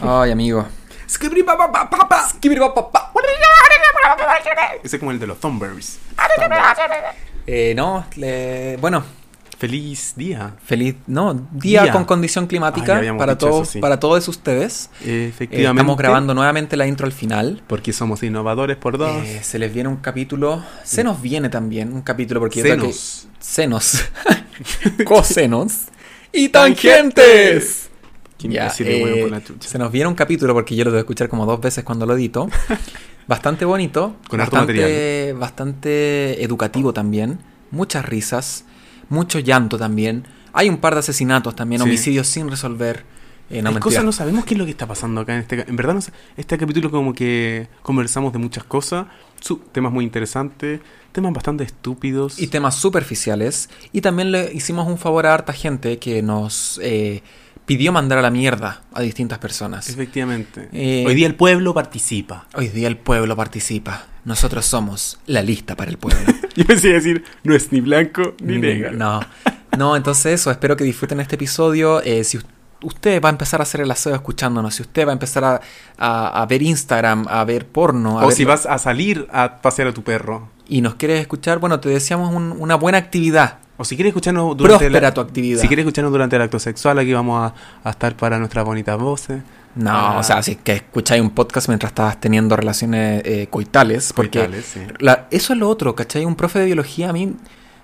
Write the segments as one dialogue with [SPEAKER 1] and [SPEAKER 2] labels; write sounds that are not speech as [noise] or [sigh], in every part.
[SPEAKER 1] Ay, amigo.
[SPEAKER 2] Skibidi-ba-ba-ba-ba-ba.
[SPEAKER 1] Skibidi-ba-ba-ba.
[SPEAKER 2] Ese es como el de los Thornberries.
[SPEAKER 1] Eh, no, le- bueno,
[SPEAKER 2] Feliz día.
[SPEAKER 1] feliz, no, día,
[SPEAKER 2] Día.
[SPEAKER 1] con condición climática
[SPEAKER 2] Ah, ya habíamos
[SPEAKER 1] para
[SPEAKER 2] dicho
[SPEAKER 1] todos,
[SPEAKER 2] eso, sí.
[SPEAKER 1] para todos ustedes. Eh,
[SPEAKER 2] Efectivamente.
[SPEAKER 1] estamos grabando nuevamente la intro al final.
[SPEAKER 2] Porque somos innovadores por dos.
[SPEAKER 1] Eh, se les viene un capítulo, se nos viene también un capítulo porque yo creo que-
[SPEAKER 2] Senos.
[SPEAKER 1] senos, [laughs] cosenos y tangentes.
[SPEAKER 2] ¿Quién
[SPEAKER 1] Ya,
[SPEAKER 2] decide huevo
[SPEAKER 1] eh,
[SPEAKER 2] por la chucha?
[SPEAKER 1] se nos viene un capítulo porque yo lo debo escuchar como dos veces cuando lo
[SPEAKER 2] [laughs]
[SPEAKER 1] edito. Bastante bonito,
[SPEAKER 2] Con harto
[SPEAKER 1] bastante, bastante educativo también, muchas risas, mucho llanto también. Hay un par de asesinatos también,
[SPEAKER 2] Sí.
[SPEAKER 1] homicidios sin resolver. Eh, no,
[SPEAKER 2] Hay
[SPEAKER 1] mentira.
[SPEAKER 2] cosas no sabemos qué es lo que está pasando acá en este ca- en verdad no sa- este capítulo como que conversamos de muchas cosas su- temas muy interesantes temas bastante estúpidos
[SPEAKER 1] Y temas superficiales. Y también le hicimos un favor a harta gente que nos eh, pidió mandar a la mierda a distintas personas.
[SPEAKER 2] efectivamente
[SPEAKER 1] Eh,
[SPEAKER 2] hoy día el
[SPEAKER 1] [laughs]
[SPEAKER 2] pueblo participa
[SPEAKER 1] Hoy día el pueblo participa. Nosotros somos la lista para el
[SPEAKER 2] [laughs]
[SPEAKER 1] pueblo.
[SPEAKER 2] yo pensé decir no es ni blanco ni,
[SPEAKER 1] Ni negro,
[SPEAKER 2] negro,
[SPEAKER 1] Mm, No, no, entonces eso, espero que disfruten este episodio. Eh, si us- usted va a empezar a hacer el aseo escuchándonos, si usted va a empezar a, a- a ver Instagram, a ver porno, a
[SPEAKER 2] o
[SPEAKER 1] ver-
[SPEAKER 2] si vas a salir a pasear a tu perro
[SPEAKER 1] y nos quieres escuchar, bueno, te deseamos un- una buena actividad.
[SPEAKER 2] o si quieres escucharnos durante
[SPEAKER 1] Próspera
[SPEAKER 2] la-
[SPEAKER 1] tu actividad.
[SPEAKER 2] si quieres escucharnos durante el acto sexual aquí vamos a, a estar para nuestras bonitas voces
[SPEAKER 1] No,
[SPEAKER 2] Ah.
[SPEAKER 1] o sea, si es que escucháis un podcast mientras estás teniendo relaciones eh, coitales, porque
[SPEAKER 2] Coitales, sí.
[SPEAKER 1] la- eso es lo otro, ¿cachai? Un profe de biología a mí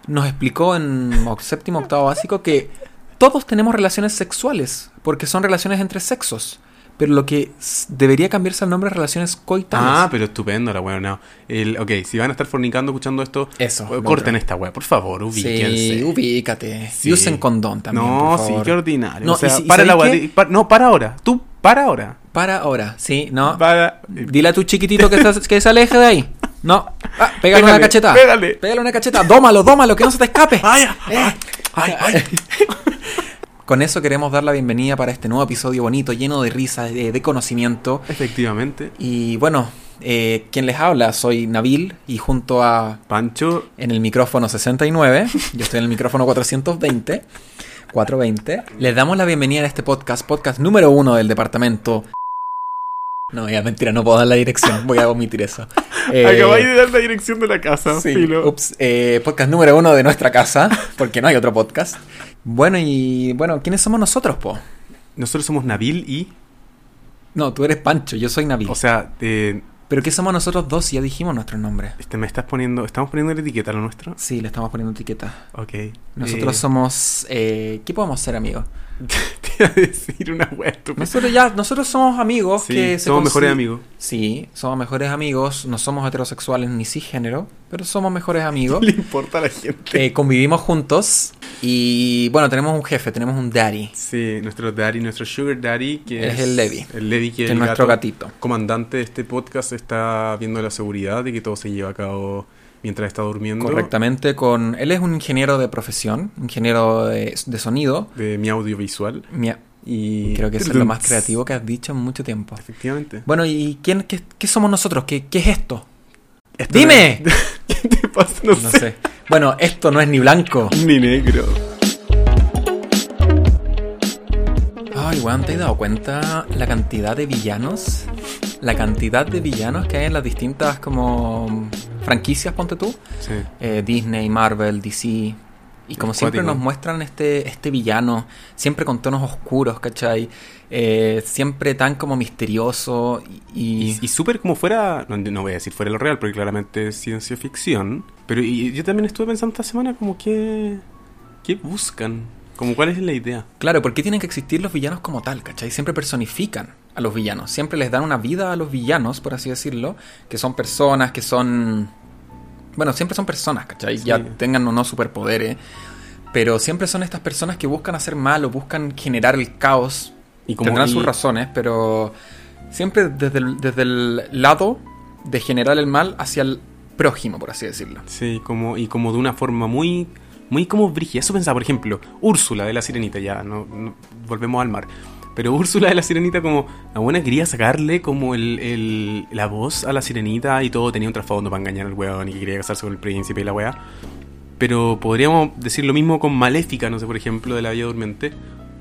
[SPEAKER 1] nos explicó en oc- [laughs] séptimo, octavo básico que todos tenemos relaciones sexuales, porque son relaciones entre sexos. Pero lo que s- debería cambiarse al nombre es relaciones coitales.
[SPEAKER 2] Ah, pero estupendo la weá, no. El, ok, si van a estar fornicando escuchando esto,
[SPEAKER 1] Eso,
[SPEAKER 2] eh,
[SPEAKER 1] lo
[SPEAKER 2] corten
[SPEAKER 1] otro.
[SPEAKER 2] esta weá, por favor, ubíquense.
[SPEAKER 1] sí, ubícate.
[SPEAKER 2] Sí.
[SPEAKER 1] Y usen condón también.
[SPEAKER 2] no,
[SPEAKER 1] por
[SPEAKER 2] sí,
[SPEAKER 1] favor.
[SPEAKER 2] qué ordinario.
[SPEAKER 1] No,
[SPEAKER 2] o sea,
[SPEAKER 1] y si- y
[SPEAKER 2] para la
[SPEAKER 1] ¿sabéis
[SPEAKER 2] weá,
[SPEAKER 1] qué?
[SPEAKER 2] di- pa- no, para ahora. Tú, para ahora.
[SPEAKER 1] Para ahora, sí, no.
[SPEAKER 2] Para.
[SPEAKER 1] Dile a tu chiquitito que, estás- que se aleje de ahí. No. Ah, pégale,
[SPEAKER 2] Pégale,
[SPEAKER 1] una cachetada.
[SPEAKER 2] pégale.
[SPEAKER 1] Pégale una cachetada. Dómalo, dómalo, que no se te escape. Eh.
[SPEAKER 2] Ay, ay, ay, ay.
[SPEAKER 1] [laughs] Con eso queremos dar la bienvenida para este nuevo episodio bonito, lleno de risas, de, de conocimiento.
[SPEAKER 2] Efectivamente.
[SPEAKER 1] Y bueno, eh, quien les habla, soy Nabil y junto a
[SPEAKER 2] Pancho,
[SPEAKER 1] en el micrófono 69, yo estoy en el micrófono 420, 420, les damos la bienvenida a este podcast, podcast número uno del departamento. No, ya mentira, no puedo dar la dirección, voy a omitir eso. Eh,
[SPEAKER 2] [laughs] acabáis de dar la dirección de la casa.
[SPEAKER 1] Sí,
[SPEAKER 2] filo.
[SPEAKER 1] ups, eh, podcast número uno de nuestra casa, porque no hay otro podcast. Bueno, y bueno, ¿quiénes somos nosotros, po?
[SPEAKER 2] Nosotros somos Nabil y.
[SPEAKER 1] No, tú eres Pancho, yo soy Nabil.
[SPEAKER 2] O sea, eh,
[SPEAKER 1] Pero ¿qué somos nosotros dos si ya dijimos nuestro nombre?
[SPEAKER 2] este, me estás poniendo. ¿Estamos poniendo la etiqueta a lo nuestro?
[SPEAKER 1] Sí, le estamos poniendo etiqueta.
[SPEAKER 2] Ok.
[SPEAKER 1] Nosotros
[SPEAKER 2] eh,
[SPEAKER 1] somos... eh, ¿Qué podemos ser, amigos?
[SPEAKER 2] [laughs] Te iba a decir una weá estúpida.
[SPEAKER 1] Nosotros ya, nosotros somos amigos
[SPEAKER 2] Sí,
[SPEAKER 1] que se
[SPEAKER 2] somos
[SPEAKER 1] consi-
[SPEAKER 2] mejores amigos.
[SPEAKER 1] Sí, somos mejores amigos, no somos heterosexuales ni cisgénero, pero somos mejores amigos.
[SPEAKER 2] [laughs] ¿Qué le importa a la gente?
[SPEAKER 1] Eh, convivimos juntos y bueno, tenemos un jefe, tenemos un daddy,
[SPEAKER 2] Sí, nuestro daddy, nuestro sugar daddy, que
[SPEAKER 1] Es el Levi.
[SPEAKER 2] El Levi, que
[SPEAKER 1] que
[SPEAKER 2] es
[SPEAKER 1] es
[SPEAKER 2] el
[SPEAKER 1] nuestro
[SPEAKER 2] gato.
[SPEAKER 1] gatito.
[SPEAKER 2] comandante de este podcast está viendo la seguridad de que todo se lleva a cabo mientras está durmiendo.
[SPEAKER 1] Correctamente, con él es un ingeniero de profesión, ingeniero de, de sonido.
[SPEAKER 2] De mi audiovisual.
[SPEAKER 1] Mia-
[SPEAKER 2] Y
[SPEAKER 1] creo que eso es lo más creativo que has dicho en mucho tiempo.
[SPEAKER 2] Efectivamente.
[SPEAKER 1] Bueno, ¿y quién, qué, qué somos nosotros? ¿Qué, qué es esto?
[SPEAKER 2] Esto
[SPEAKER 1] ¡Dime!
[SPEAKER 2] no es- [laughs] ¿Qué te pasa? No,
[SPEAKER 1] No
[SPEAKER 2] sé.
[SPEAKER 1] sé. Bueno, esto no es ni
[SPEAKER 2] [laughs]
[SPEAKER 1] blanco.
[SPEAKER 2] Ni negro.
[SPEAKER 1] Ay, weón, ¿te has dado cuenta la cantidad de villanos? La cantidad de villanos que hay en las distintas como franquicias, ponte tú.
[SPEAKER 2] Sí.
[SPEAKER 1] Eh, Disney, Marvel, DC. Y como siempre
[SPEAKER 2] Acuático.
[SPEAKER 1] nos muestran este, este villano, siempre con tonos oscuros, ¿cachai? Eh, siempre tan como misterioso y...
[SPEAKER 2] Y, y súper como fuera, no, no voy a decir fuera lo real, porque claramente es ciencia ficción. Pero y- yo también estuve pensando esta semana como que... ¿Qué buscan? Como cuál es la idea.
[SPEAKER 1] Claro, porque tienen que existir los villanos como tal, ¿cachai? Siempre personifican a los villanos, siempre les dan una vida a los villanos, por así decirlo, que son personas, que son... Bueno, siempre son personas, ¿cachai?
[SPEAKER 2] Sí.
[SPEAKER 1] Ya tengan o no superpoderes, pero siempre son estas personas que buscan hacer mal o buscan generar el caos.
[SPEAKER 2] Y como-
[SPEAKER 1] Tendrán sus
[SPEAKER 2] y-
[SPEAKER 1] razones, pero siempre desde el, desde el lado de generar el mal hacia el prójimo, por así decirlo.
[SPEAKER 2] Sí, como, y como de una forma muy, muy como brígida. Eso pensaba, por ejemplo, Úrsula de la Sirenita, ya, no, no- volvemos al mar. Pero Úrsula de la Sirenita, como, la buena quería sacarle como el, el- la voz a la Sirenita y todo, tenía un trasfondo para engañar al weón y que quería casarse con el príncipe y la weá. Pero podríamos decir lo mismo con Maléfica, no sé, por ejemplo, de la Vía Durmiente.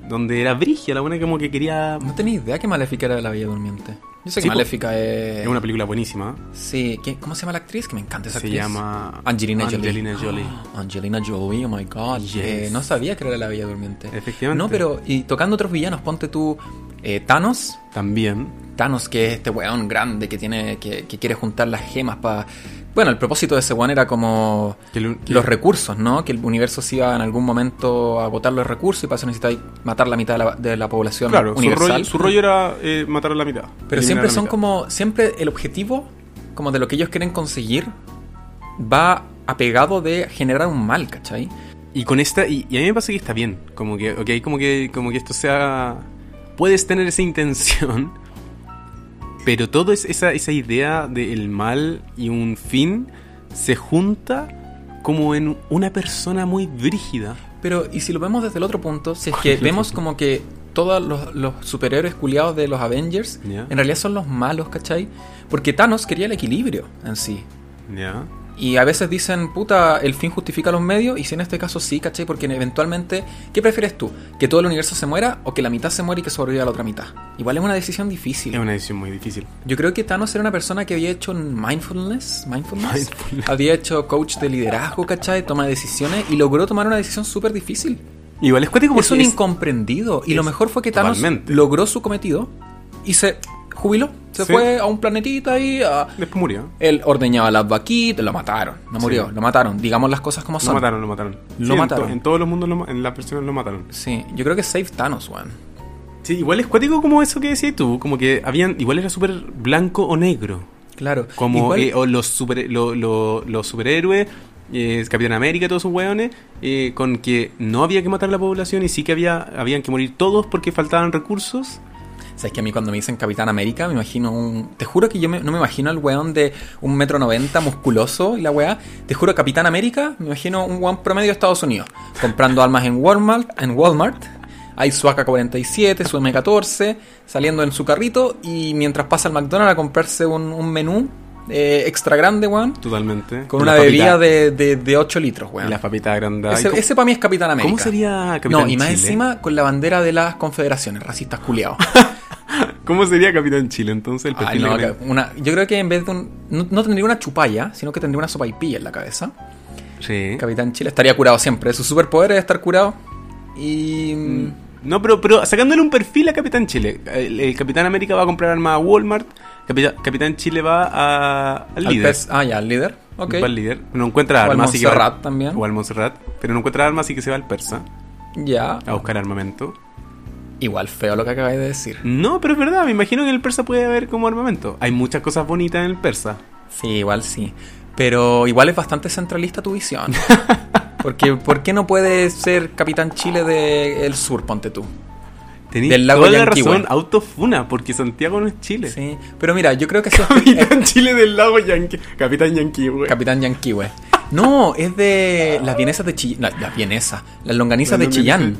[SPEAKER 2] donde era Brigia, la buena como que quería...
[SPEAKER 1] No tenía idea que Maléfica era de la Bella Durmiente. Yo sé
[SPEAKER 2] Sí,
[SPEAKER 1] que
[SPEAKER 2] po.
[SPEAKER 1] Maléfica es.
[SPEAKER 2] Es una película buenísima. ¿eh?
[SPEAKER 1] Sí, ¿qué- ¿cómo se llama la actriz? Que me encanta esa
[SPEAKER 2] Se
[SPEAKER 1] actriz.
[SPEAKER 2] llama
[SPEAKER 1] Angelina Jolie.
[SPEAKER 2] Angelina
[SPEAKER 1] [gasps]
[SPEAKER 2] Jolie.
[SPEAKER 1] Oh, Angelina Jolie, oh my god.
[SPEAKER 2] Yes.
[SPEAKER 1] Eh, no sabía que era de la Bella Durmiente.
[SPEAKER 2] Efectivamente.
[SPEAKER 1] No, pero. Y tocando otros villanos, ponte tú. eh, Thanos.
[SPEAKER 2] También.
[SPEAKER 1] Thanos, que es este weón grande que tiene. que, que quiere juntar las gemas para. Bueno, el propósito de ese weón era como.
[SPEAKER 2] Que lo- que-
[SPEAKER 1] Los recursos, ¿no? Que el universo se iba en algún momento a agotar los recursos y para eso necesitáis matar la mitad de la, de la población
[SPEAKER 2] Claro, su
[SPEAKER 1] universal.
[SPEAKER 2] rollo, su rollo era eh, matar a la mitad.
[SPEAKER 1] Pero
[SPEAKER 2] eliminar
[SPEAKER 1] siempre
[SPEAKER 2] a la
[SPEAKER 1] son
[SPEAKER 2] mitad.
[SPEAKER 1] como. Siempre el objetivo, como de lo que ellos quieren conseguir, va apegado de generar un mal, ¿cachai?
[SPEAKER 2] Y con esta, y, y a mí me parece que está bien. Como que, ok, como que, como que esto sea. Puedes tener esa intención, [laughs] pero todo es esa, esa idea del mal y un fin se junta como en una persona muy brígida.
[SPEAKER 1] Pero, y si lo vemos desde el otro punto, si es
[SPEAKER 2] [laughs]
[SPEAKER 1] que vemos como que todos los, los superhéroes culiados de los Avengers
[SPEAKER 2] Ya.
[SPEAKER 1] en realidad son los malos, ¿cachai? Porque Thanos quería el equilibrio en sí.
[SPEAKER 2] ¿Ya?
[SPEAKER 1] Y a veces dicen, puta, el fin justifica los medios, y si en este caso sí, ¿cachai? Porque eventualmente, ¿qué prefieres tú? ¿Que todo el universo se muera o que la mitad se muera y que sobreviva la otra mitad? Igual es una decisión difícil.
[SPEAKER 2] Es una decisión muy difícil.
[SPEAKER 1] Yo creo que Thanos era una persona que había hecho mindfulness, mindfulness,
[SPEAKER 2] Mindfulness.
[SPEAKER 1] había hecho coach de liderazgo, ¿cachai? Toma de decisiones y logró tomar una decisión súper difícil.
[SPEAKER 2] Igual es cuático porque
[SPEAKER 1] es un
[SPEAKER 2] es-
[SPEAKER 1] incomprendido. Y
[SPEAKER 2] es-
[SPEAKER 1] lo mejor fue que Thanos
[SPEAKER 2] totalmente.
[SPEAKER 1] logró su cometido y se jubiló. Se
[SPEAKER 2] Sí.
[SPEAKER 1] fue a un planetita y ah,
[SPEAKER 2] Después murió.
[SPEAKER 1] él ordeñaba las vaquitas, lo mataron, no murió,
[SPEAKER 2] Sí.
[SPEAKER 1] lo mataron, digamos las cosas como
[SPEAKER 2] Lo
[SPEAKER 1] son.
[SPEAKER 2] mataron, lo mataron.
[SPEAKER 1] Lo
[SPEAKER 2] en to-
[SPEAKER 1] mataron.
[SPEAKER 2] En, todos los mundos, lo ma- en las personas lo mataron.
[SPEAKER 1] Sí, yo creo que save Thanos, weón.
[SPEAKER 2] Sí, igual es cuático como eso que decías tú. Como que habían. Igual era súper blanco o negro.
[SPEAKER 1] Claro.
[SPEAKER 2] Como
[SPEAKER 1] Igual-
[SPEAKER 2] eh, o los, super, lo- lo- los superhéroes, eh, Capitán América, todos esos hueones, eh, con que no había que matar a la población y sí que había habían que morir todos porque faltaban recursos.
[SPEAKER 1] ¿Sabes que a mí cuando me dicen Capitán América me imagino un... Te juro que yo me- no me imagino al weón de un metro noventa, musculoso y la weá. Te juro Capitán América, me imagino un weón promedio de Estados Unidos. Comprando armas en Walmart, en Walmart. Hay su AK-47, su M14, saliendo en su carrito y mientras pasa al McDonald's a comprarse un, un menú eh, extra grande, weón.
[SPEAKER 2] Totalmente.
[SPEAKER 1] Con una bebida de, de, 8 litros,
[SPEAKER 2] Y
[SPEAKER 1] weón.
[SPEAKER 2] las papitas grandes.
[SPEAKER 1] Ese,
[SPEAKER 2] ¿Y cómo,
[SPEAKER 1] para mí es Capitán América.
[SPEAKER 2] cómo sería Capitán
[SPEAKER 1] No, y más
[SPEAKER 2] Chile?
[SPEAKER 1] encima con la bandera de las confederaciones, racistas culiados.
[SPEAKER 2] ¿Cómo sería Capitán Chile entonces? El
[SPEAKER 1] Ay,
[SPEAKER 2] perfil
[SPEAKER 1] Ah, no,
[SPEAKER 2] de-
[SPEAKER 1] acá, una- yo creo que en vez de un. No, no tendría una chupalla, sino que tendría una sopaipilla en la cabeza.
[SPEAKER 2] Sí.
[SPEAKER 1] Capitán Chile estaría curado siempre. Su superpoder es estar curado. Y. mm,
[SPEAKER 2] No, pero, pero sacándole un perfil a Capitán Chile. El, el Capitán América va a comprar armas a Walmart. Capita- Capitán Chile va a, al
[SPEAKER 1] al
[SPEAKER 2] líder.
[SPEAKER 1] pez- ah, ya, al líder. Ok.
[SPEAKER 2] Va al líder. No encuentra
[SPEAKER 1] O al
[SPEAKER 2] armas. así que va-
[SPEAKER 1] Montserrat también.
[SPEAKER 2] O al Montserrat. Pero no encuentra armas, así que se va al persa
[SPEAKER 1] Ya.
[SPEAKER 2] a buscar armamento.
[SPEAKER 1] Igual feo lo que acabáis de decir.
[SPEAKER 2] No, pero es verdad. Me imagino que en el persa puede haber como armamento. Hay muchas cosas bonitas en el persa.
[SPEAKER 1] Sí, igual sí. Pero igual es bastante centralista tu
[SPEAKER 2] [laughs]
[SPEAKER 1] visión. Porque, ¿por qué no puede ser Capitán Chile del sur, ponte tú?
[SPEAKER 2] Tenéis
[SPEAKER 1] Del lago
[SPEAKER 2] toda la
[SPEAKER 1] Yanqui,
[SPEAKER 2] razón.
[SPEAKER 1] güey.
[SPEAKER 2] Autofuna, porque Santiago no es Chile.
[SPEAKER 1] Sí. Pero mira, yo creo que si
[SPEAKER 2] [laughs] Capitán Chile del lago Yankee. Capitán Yankee, güey.
[SPEAKER 1] Capitán Yankee, güey. No, es de las vienesas de Chillán. Las, las vienesas. Las longanizas de
[SPEAKER 2] Bueno,
[SPEAKER 1] Chillán.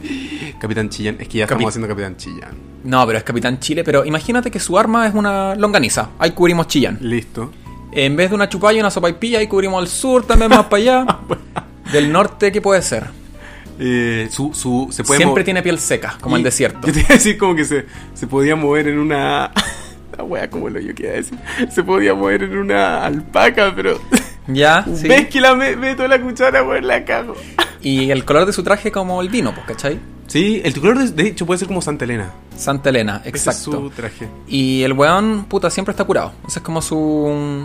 [SPEAKER 2] Capitán Chillán. Es que ya
[SPEAKER 1] Capi-
[SPEAKER 2] estamos haciendo Capitán Chillán.
[SPEAKER 1] No, pero es Capitán Chile. Pero imagínate que su arma es una longaniza. Ahí cubrimos Chillán.
[SPEAKER 2] Listo.
[SPEAKER 1] En vez de una chupalla, una sopaipilla, ahí cubrimos el sur, también más para allá.
[SPEAKER 2] [laughs]
[SPEAKER 1] Del norte, ¿qué puede ser?
[SPEAKER 2] Eh, su, su, se puede
[SPEAKER 1] Siempre
[SPEAKER 2] mover-
[SPEAKER 1] tiene piel seca, como
[SPEAKER 2] Y-
[SPEAKER 1] el desierto.
[SPEAKER 2] Yo te iba a decir como que se, se podía mover en una. [laughs] La wea, como lo yo quería decir. Se podía mover en una alpaca, pero. [laughs]
[SPEAKER 1] Ya, sí.
[SPEAKER 2] ¿Ves que la me- meto la cuchara, weón? La cago.
[SPEAKER 1] Y el color de su traje como el vino, pues, ¿cachai?
[SPEAKER 2] Sí, el color de, de hecho puede ser como Santa Elena.
[SPEAKER 1] Santa Elena,
[SPEAKER 2] Ese es su
[SPEAKER 1] exacto.
[SPEAKER 2] traje.
[SPEAKER 1] Y el weón, puta, siempre está curado. Ese es como su.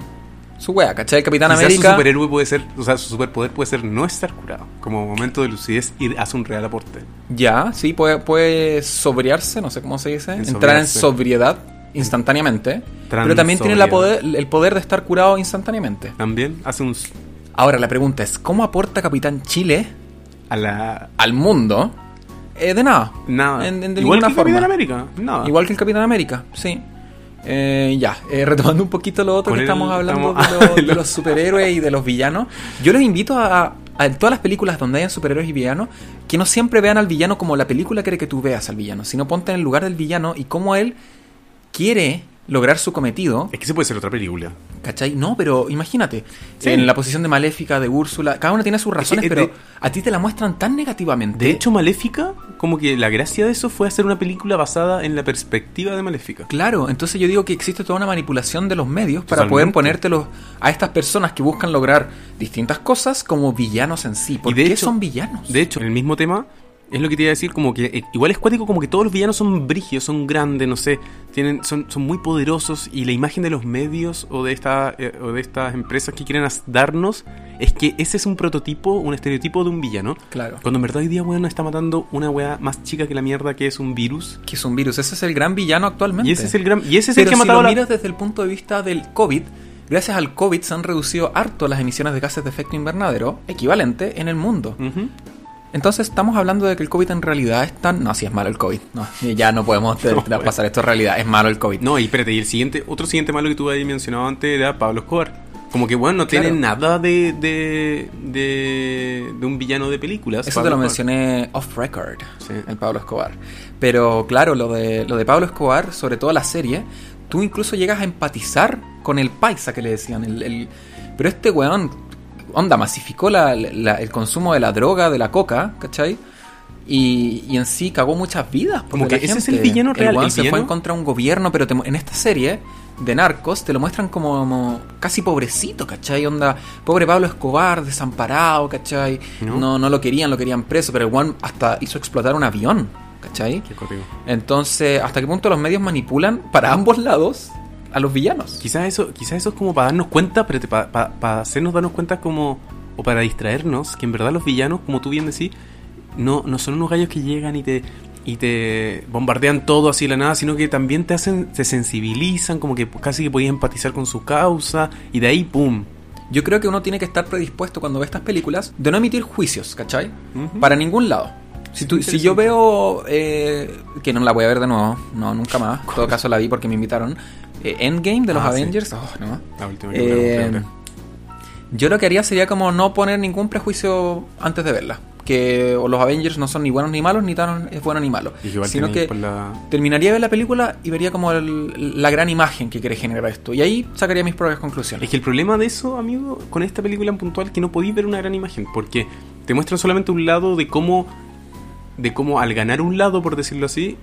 [SPEAKER 1] Su wea, ¿cachai? Capitán
[SPEAKER 2] Quizás su
[SPEAKER 1] América.
[SPEAKER 2] superhéroe puede ser, o sea, su superpoder puede ser no estar curado. Como momento de lucidez y hace un real aporte.
[SPEAKER 1] Ya, sí, puede, puede sobriarse, no sé cómo se dice, entrar en
[SPEAKER 2] Ensobriarse.
[SPEAKER 1] sobriedad instantáneamente,
[SPEAKER 2] Trans-
[SPEAKER 1] pero también tiene la
[SPEAKER 2] sobriedad.
[SPEAKER 1] poder- el poder de estar curado instantáneamente.
[SPEAKER 2] También hace un. s-
[SPEAKER 1] Ahora la pregunta es, ¿cómo aporta Capitán Chile
[SPEAKER 2] a la.
[SPEAKER 1] al mundo? Eh, de nada.
[SPEAKER 2] Nada.
[SPEAKER 1] En- en- de
[SPEAKER 2] Igual que el
[SPEAKER 1] ninguna
[SPEAKER 2] Capitán
[SPEAKER 1] forma.
[SPEAKER 2] América. Nada.
[SPEAKER 1] Igual que el Capitán América, sí. Eh, ya, eh, retomando un poquito lo otro
[SPEAKER 2] Con
[SPEAKER 1] que
[SPEAKER 2] el-
[SPEAKER 1] estamos hablando
[SPEAKER 2] estamos-
[SPEAKER 1] de, los,
[SPEAKER 2] [laughs] de
[SPEAKER 1] de
[SPEAKER 2] los-
[SPEAKER 1] los superhéroes y de los villanos, yo los invito a, a- en todas las películas donde hayan superhéroes y villanos, que no siempre vean al villano como la película quiere que tú veas al villano, sino ponte en el lugar del villano y cómo él quiere lograr su cometido,
[SPEAKER 2] Es que se puede ser otra película.
[SPEAKER 1] ¿cachai? No, pero imagínate,
[SPEAKER 2] Sí.
[SPEAKER 1] en la posición de Maléfica, de Úrsula, cada uno tiene sus razones,
[SPEAKER 2] eh,
[SPEAKER 1] pero
[SPEAKER 2] de-
[SPEAKER 1] a ti te la muestran tan negativamente.
[SPEAKER 2] De hecho, Maléfica, como que la gracia de eso fue hacer una película basada en la perspectiva de Maléfica.
[SPEAKER 1] Claro, entonces yo digo que existe toda una manipulación de los medios para
[SPEAKER 2] Totalmente.
[SPEAKER 1] poder ponértelos a estas personas que buscan lograr distintas cosas como villanos en sí. ¿Por
[SPEAKER 2] Y de
[SPEAKER 1] qué
[SPEAKER 2] hecho-
[SPEAKER 1] son villanos?
[SPEAKER 2] De hecho, el mismo tema es lo que te iba a decir, como que eh, igual es cuático, como que todos los villanos son brigios, son grandes, no sé, tienen, son, son muy poderosos y la imagen de los medios o de, esta, eh, o de estas empresas que quieren as- darnos es que ese es un prototipo, un estereotipo de un villano.
[SPEAKER 1] Claro.
[SPEAKER 2] Cuando en verdad hoy día, weón, está matando una weá más chica que la mierda que es un virus.
[SPEAKER 1] Que es un virus. Ese es el gran villano actualmente.
[SPEAKER 2] Y ese es el gran. Y ese es
[SPEAKER 1] Pero
[SPEAKER 2] el que ha
[SPEAKER 1] si
[SPEAKER 2] matado
[SPEAKER 1] lo
[SPEAKER 2] a la-
[SPEAKER 1] miras desde el punto de vista del COVID, gracias al COVID se han reducido harto las emisiones de gases de efecto invernadero equivalente en el mundo.
[SPEAKER 2] Ujú.
[SPEAKER 1] Entonces estamos hablando de que el COVID en realidad es tan... No, si es malo el COVID. No, ya no podemos te-
[SPEAKER 2] [laughs] No,
[SPEAKER 1] te- pasar esto en realidad. Es malo el COVID.
[SPEAKER 2] No, y espérate, y el siguiente, otro siguiente malo que tú habías mencionado antes era Pablo Escobar. Como que, bueno, no
[SPEAKER 1] Claro.
[SPEAKER 2] tiene nada de, de, de, de un villano de películas.
[SPEAKER 1] Eso te
[SPEAKER 2] Pablo
[SPEAKER 1] lo
[SPEAKER 2] Escobar.
[SPEAKER 1] mencioné off record,
[SPEAKER 2] Sí.
[SPEAKER 1] el Pablo Escobar. Pero claro, lo de, lo de Pablo Escobar, sobre todo la serie, tú incluso llegas a empatizar con el paisa que le decían. el- el- Pero este weón, onda, masificó la- la- el consumo de la droga, de la coca, ¿cachai? Y, y en sí cagó muchas vidas.
[SPEAKER 2] Como
[SPEAKER 1] porque
[SPEAKER 2] que
[SPEAKER 1] la
[SPEAKER 2] ese es el
[SPEAKER 1] gente-
[SPEAKER 2] villano real,
[SPEAKER 1] El weón
[SPEAKER 2] el
[SPEAKER 1] se fue
[SPEAKER 2] villano-
[SPEAKER 1] en contra de un gobierno, pero te mu- en esta serie de narcos te lo muestran como, como casi pobrecito, ¿cachai? Onda, pobre Pablo Escobar, desamparado, ¿cachai?
[SPEAKER 2] ¿No?
[SPEAKER 1] No. no lo querían, lo querían preso, pero el one hasta hizo explotar un avión, ¿cachai?
[SPEAKER 2] Qué cuático.
[SPEAKER 1] Entonces, ¿hasta qué punto los medios manipulan para ambos lados a los villanos?
[SPEAKER 2] Quizás eso, quizás eso es como para darnos cuenta, pero para hacernos darnos cuenta como. o para distraernos, que en verdad los villanos, como tú bien decís, no, no son unos gallos que llegan y te. y te bombardean todo así de la nada, sino que también te hacen, te sensibilizan, como que casi que podías empatizar con su causa, y de ahí ¡pum!
[SPEAKER 1] Yo creo que uno tiene que estar predispuesto cuando ve estas películas de no emitir juicios, ¿cachai?
[SPEAKER 2] Ujú.
[SPEAKER 1] Para ningún lado. Si, tú- si yo veo eh, que no la voy a ver de nuevo, no, nunca más. En todo caso la vi porque me invitaron. Eh, Endgame de los
[SPEAKER 2] Ah, sí.
[SPEAKER 1] Avengers, oh, no.
[SPEAKER 2] La última que me pregunté,
[SPEAKER 1] Eh,
[SPEAKER 2] ahora.
[SPEAKER 1] yo lo que haría sería como no poner ningún prejuicio antes de verla. Que o los Avengers no son ni buenos ni malos, ni Thanos es bueno ni malo.
[SPEAKER 2] Y que igual
[SPEAKER 1] Sino
[SPEAKER 2] tiene
[SPEAKER 1] que
[SPEAKER 2] por la-
[SPEAKER 1] terminaría de ver la película y vería como el- la gran imagen que quiere generar esto. Y ahí sacaría mis propias conclusiones.
[SPEAKER 2] Es que el problema de eso, amigo, con esta película en puntual, que no podéis ver una gran imagen, porque te muestran solamente un lado de cómo, de cómo al ganar un lado, por decirlo así,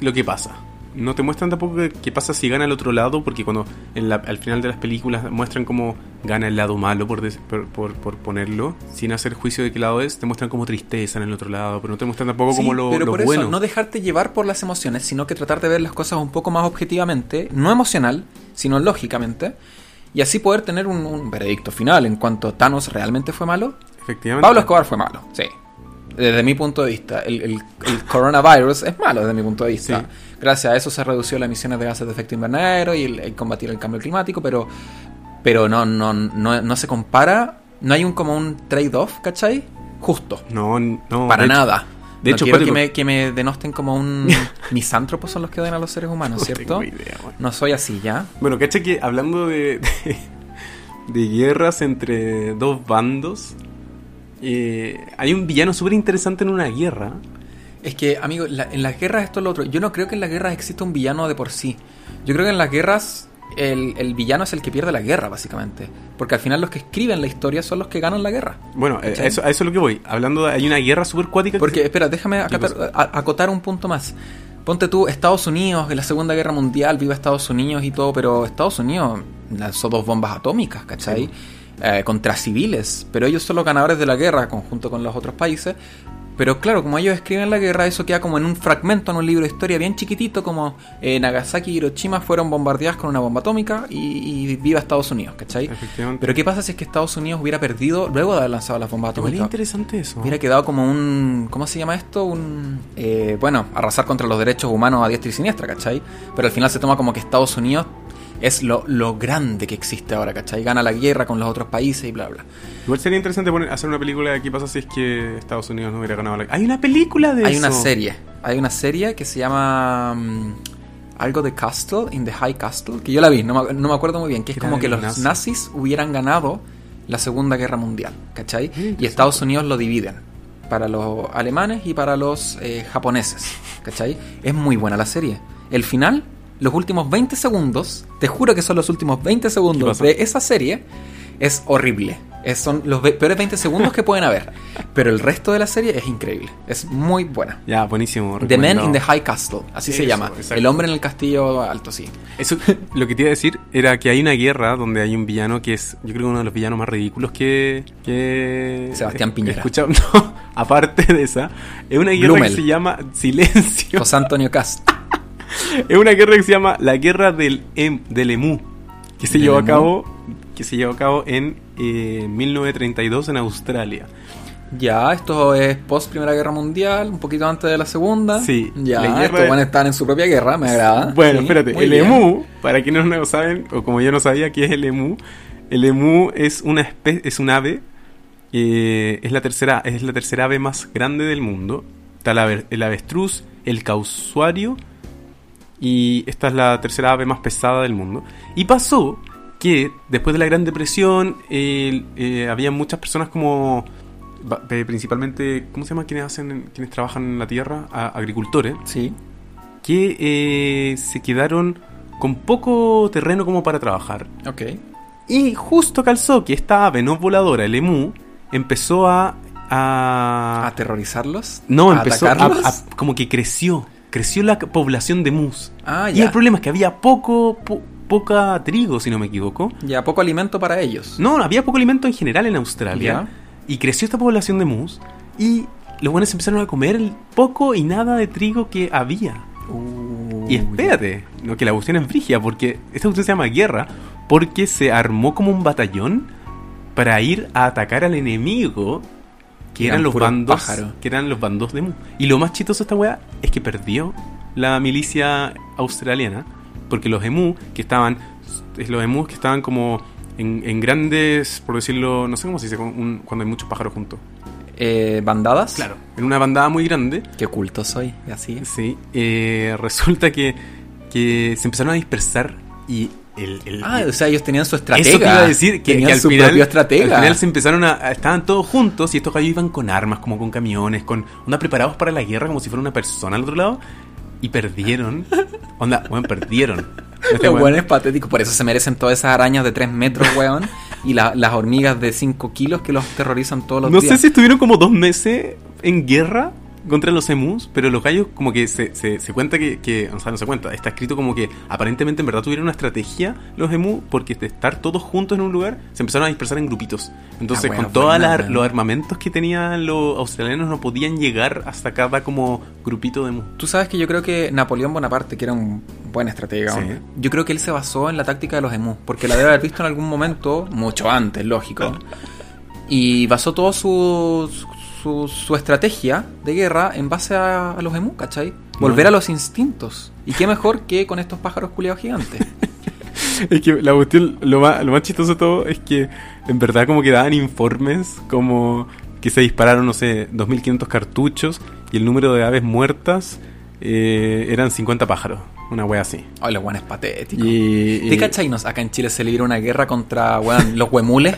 [SPEAKER 2] lo que pasa. No te muestran tampoco que- qué pasa si gana el otro lado, porque cuando en la- al final de las películas muestran cómo gana el lado malo, por, des- por, por- por ponerlo, sin hacer juicio de qué lado es, te muestran como tristeza en el otro lado, pero no te muestran tampoco
[SPEAKER 1] Sí,
[SPEAKER 2] como lo,
[SPEAKER 1] pero
[SPEAKER 2] lo
[SPEAKER 1] por
[SPEAKER 2] bueno.
[SPEAKER 1] eso, no dejarte llevar por las emociones, sino que tratar de ver las cosas un poco más objetivamente, no emocional, sino lógicamente, y así poder tener un, un veredicto final en cuanto Thanos realmente fue malo.
[SPEAKER 2] Efectivamente.
[SPEAKER 1] Pablo Escobar fue malo, sí. Desde mi punto de vista, el, el- el coronavirus es malo desde mi punto de vista.
[SPEAKER 2] Sí.
[SPEAKER 1] Gracias a eso se redució las emisiones de gases de efecto invernadero y el, el combatir el cambio climático, pero, pero no, no, no, no se compara, no hay un como un trade-off, ¿cachai? Justo.
[SPEAKER 2] No, no.
[SPEAKER 1] Para
[SPEAKER 2] de hecho-
[SPEAKER 1] nada.
[SPEAKER 2] de
[SPEAKER 1] De
[SPEAKER 2] hecho,
[SPEAKER 1] hecho, quiero
[SPEAKER 2] cuático.
[SPEAKER 1] que me, que me denosten como un misántropo son los que odian a los seres humanos,
[SPEAKER 2] [laughs] No
[SPEAKER 1] ¿cierto?
[SPEAKER 2] tengo idea, weón.
[SPEAKER 1] No soy así, ¿ya?
[SPEAKER 2] Bueno, cacha que hablando de, [laughs] de, de guerras entre dos bandos, eh, hay un villano súper interesante en una guerra.
[SPEAKER 1] Es que, amigo, la- en las guerras esto es lo otro. Yo no creo que en las guerras exista un villano de por sí. Yo creo que en las guerras el, el villano es el que pierde la guerra, básicamente. Porque al final los que escriben la historia son los que ganan la guerra.
[SPEAKER 2] Bueno, eh, a
[SPEAKER 1] ¿Cachai?
[SPEAKER 2] eso, a eso es lo que voy. Hablando de, hay una guerra súper cuática. que
[SPEAKER 1] Porque,
[SPEAKER 2] se-
[SPEAKER 1] espera, déjame acatar-
[SPEAKER 2] cosa?
[SPEAKER 1] a- acotar un punto más. Ponte tú, Estados Unidos, en la Segunda Guerra Mundial, viva Estados Unidos y todo, pero Estados Unidos lanzó dos bombas atómicas, ¿cachai?
[SPEAKER 2] Sí.
[SPEAKER 1] Eh, contra civiles, pero ellos son los ganadores de la guerra, conjunto con los otros países. Pero claro, como ellos escriben la guerra, eso queda como en un fragmento, en un libro de historia bien chiquitito, como eh, Nagasaki y Hiroshima fueron bombardeadas con una bomba atómica y, y viva Estados Unidos, ¿cachai?
[SPEAKER 2] Efectivamente.
[SPEAKER 1] Pero ¿qué pasa si es que Estados Unidos hubiera perdido luego de haber lanzado las bombas
[SPEAKER 2] Igual es
[SPEAKER 1] atómicas?
[SPEAKER 2] interesante eso.
[SPEAKER 1] Hubiera quedado como un. ¿Cómo se llama esto? Un. eh, bueno, arrasar contra los derechos humanos a diestra y siniestra, ¿cachai? Pero al final se toma como que Estados Unidos es lo, lo grande que existe ahora, ¿cachai? Gana la guerra con los otros países y bla, bla.
[SPEAKER 2] Igual sería interesante poner, hacer una película de qué pasa si es que Estados Unidos no hubiera ganado la Hay una película de
[SPEAKER 1] Hay
[SPEAKER 2] eso.
[SPEAKER 1] una serie. Hay una serie que se llama. mm, algo de Castle, In the High Castle, que yo la vi, no me, no me acuerdo muy bien, que es
[SPEAKER 2] Era
[SPEAKER 1] como
[SPEAKER 2] de
[SPEAKER 1] que los
[SPEAKER 2] nazis. Mm,
[SPEAKER 1] nazis hubieran ganado la Segunda Guerra Mundial, ¿cachai? Y Estados Unidos lo dividen para los alemanes y para los eh, japoneses, ¿cachai? Es muy buena la serie. El final, los últimos 20 segundos, te juro que son los últimos 20
[SPEAKER 2] ¿Qué
[SPEAKER 1] segundos
[SPEAKER 2] pasa?
[SPEAKER 1] de esa serie, es horrible. Es- son los ve- peores 20 segundos que pueden haber. Pero el resto de la serie es increíble. Es muy buena.
[SPEAKER 2] Ya, buenísimo.
[SPEAKER 1] The Man
[SPEAKER 2] recomendado.
[SPEAKER 1] in the High Castle, así se
[SPEAKER 2] Eso,
[SPEAKER 1] llama.
[SPEAKER 2] exacto.
[SPEAKER 1] El hombre en el castillo alto, sí.
[SPEAKER 2] Eso, lo que te iba a decir era que hay una guerra donde hay un villano que es, yo creo, uno de los villanos más ridículos que. que
[SPEAKER 1] Sebastián
[SPEAKER 2] he- he
[SPEAKER 1] Piñera.
[SPEAKER 2] escuchado. [laughs] No, aparte de esa, es una guerra
[SPEAKER 1] Blumel.
[SPEAKER 2] que se llama Silencio.
[SPEAKER 1] José Antonio Cast.
[SPEAKER 2] [laughs] Es una guerra que se llama la guerra del, em, del Emú, que se
[SPEAKER 1] ¿Del
[SPEAKER 2] llevó a
[SPEAKER 1] Emú?
[SPEAKER 2] cabo, que se llevó a cabo en eh, 1932 en Australia.
[SPEAKER 1] Ya, esto es post Primera Guerra Mundial, un poquito antes de la Segunda.
[SPEAKER 2] Sí,
[SPEAKER 1] Ya,
[SPEAKER 2] la guerra
[SPEAKER 1] estos
[SPEAKER 2] de-
[SPEAKER 1] van a estar en su propia guerra, me agrada. ¿Ah?
[SPEAKER 2] Bueno,
[SPEAKER 1] Sí,
[SPEAKER 2] espérate,
[SPEAKER 1] muy
[SPEAKER 2] el
[SPEAKER 1] bien.
[SPEAKER 2] emú, para quienes no lo saben, o como yo no sabía qué es el emú, el emú es una espe- es un ave, eh, es, la tercera, es la tercera ave más grande del mundo. Está el, ave- el avestruz, el causuario, y esta es la tercera ave más pesada del mundo. Y pasó que después de la Gran Depresión el- eh, había muchas personas como ba- eh, principalmente, ¿cómo se llama? Quienes hacen, quienes trabajan en la tierra, A- agricultores,
[SPEAKER 1] Sí.
[SPEAKER 2] que eh, se quedaron con poco terreno como para trabajar.
[SPEAKER 1] Ok.
[SPEAKER 2] Y justo calzó que esta ave no voladora, el emú, empezó a... a-
[SPEAKER 1] ¿Aterrorizarlos?
[SPEAKER 2] Ah. no,
[SPEAKER 1] ¿A
[SPEAKER 2] empezó a,
[SPEAKER 1] atacarlos?
[SPEAKER 2] a- como que creció. Creció la población de mus.
[SPEAKER 1] Ah,
[SPEAKER 2] y el
[SPEAKER 1] ya.
[SPEAKER 2] problema es que había poco, po- poca trigo, si no me equivoco.
[SPEAKER 1] Ya, poco alimento para ellos.
[SPEAKER 2] No, había poco alimento en general en Australia.
[SPEAKER 1] Ya.
[SPEAKER 2] Y creció esta población de mus. Y los buenos empezaron a comer el poco y nada de trigo que había.
[SPEAKER 1] Uh,
[SPEAKER 2] Y espérate, no, que la cuestión es frigia, porque esta cuestión se llama guerra, porque se armó como un batallón para ir a atacar al enemigo, que
[SPEAKER 1] Eran
[SPEAKER 2] eran, los
[SPEAKER 1] puros
[SPEAKER 2] bandos,
[SPEAKER 1] pájaros.
[SPEAKER 2] que eran los bandos de Mu. Y lo más chistoso de esta weá es que perdió la milicia australiana, porque los Emu que estaban, es los Emu que estaban como en, en grandes, por decirlo, no sé cómo se dice, con un- cuando hay muchos pájaros juntos.
[SPEAKER 1] Eh, ¿Bandadas?
[SPEAKER 2] Claro, en una bandada muy grande.
[SPEAKER 1] Qué culto soy, así es.
[SPEAKER 2] Sí, eh, resulta que, que se empezaron a dispersar y el... el-
[SPEAKER 1] Ah,
[SPEAKER 2] el-
[SPEAKER 1] o sea, ellos tenían su estratega.
[SPEAKER 2] eso te iba a decir, que,
[SPEAKER 1] tenían
[SPEAKER 2] que al,
[SPEAKER 1] su
[SPEAKER 2] final,
[SPEAKER 1] propio estratega.
[SPEAKER 2] al final se empezaron a, a- Estaban todos juntos y estos gallos iban con armas, como con camiones, con... Onda, preparados para la guerra como si fuera una persona al otro lado. Y [laughs] perdieron. Onda, weón, perdieron. Este
[SPEAKER 1] Lo
[SPEAKER 2] weón-
[SPEAKER 1] bueno es patético, por eso se merecen todas esas arañas de 3 metros, weón. y la- las hormigas de 5 kilos que los terrorizan todos los
[SPEAKER 2] No
[SPEAKER 1] días.
[SPEAKER 2] sé si estuvieron como dos meses en guerra contra los emus, pero los gallos como que se, se- se cuenta que, que- O sea, no se cuenta. Está escrito como que aparentemente en verdad tuvieron una estrategia los emus porque de estar todos juntos en un lugar se empezaron a dispersar en grupitos. Entonces
[SPEAKER 1] Ah, bueno,
[SPEAKER 2] con todos
[SPEAKER 1] buena, bueno.
[SPEAKER 2] los armamentos que tenían los australianos no podían llegar hasta cada como grupito de emus.
[SPEAKER 1] Tú sabes que yo creo que Napoleón Bonaparte, que era un buen estratega,
[SPEAKER 2] Sí.
[SPEAKER 1] hombre, yo creo que él se basó en la táctica de los emus, porque la debe haber visto en algún momento, mucho antes, lógico, y basó toda su, su, su estrategia de guerra en base a, a los emus, ¿cachai? Volver
[SPEAKER 2] Bueno.
[SPEAKER 1] a los instintos. ¿Y qué mejor que con estos pájaros culiados
[SPEAKER 2] [laughs]
[SPEAKER 1] gigantes?
[SPEAKER 2] Es que la cuestión, lo más, lo más chistoso de todo es que en verdad como que daban informes como que se dispararon, no sé, 2.500 cartuchos y el número de aves muertas eh, eran 50 pájaros, una wea así.
[SPEAKER 1] Ay, los guanes patéticos.
[SPEAKER 2] Y, y-
[SPEAKER 1] ¿Te cachai? Nos- Acá en Chile se libró una guerra contra, weón, los huemules.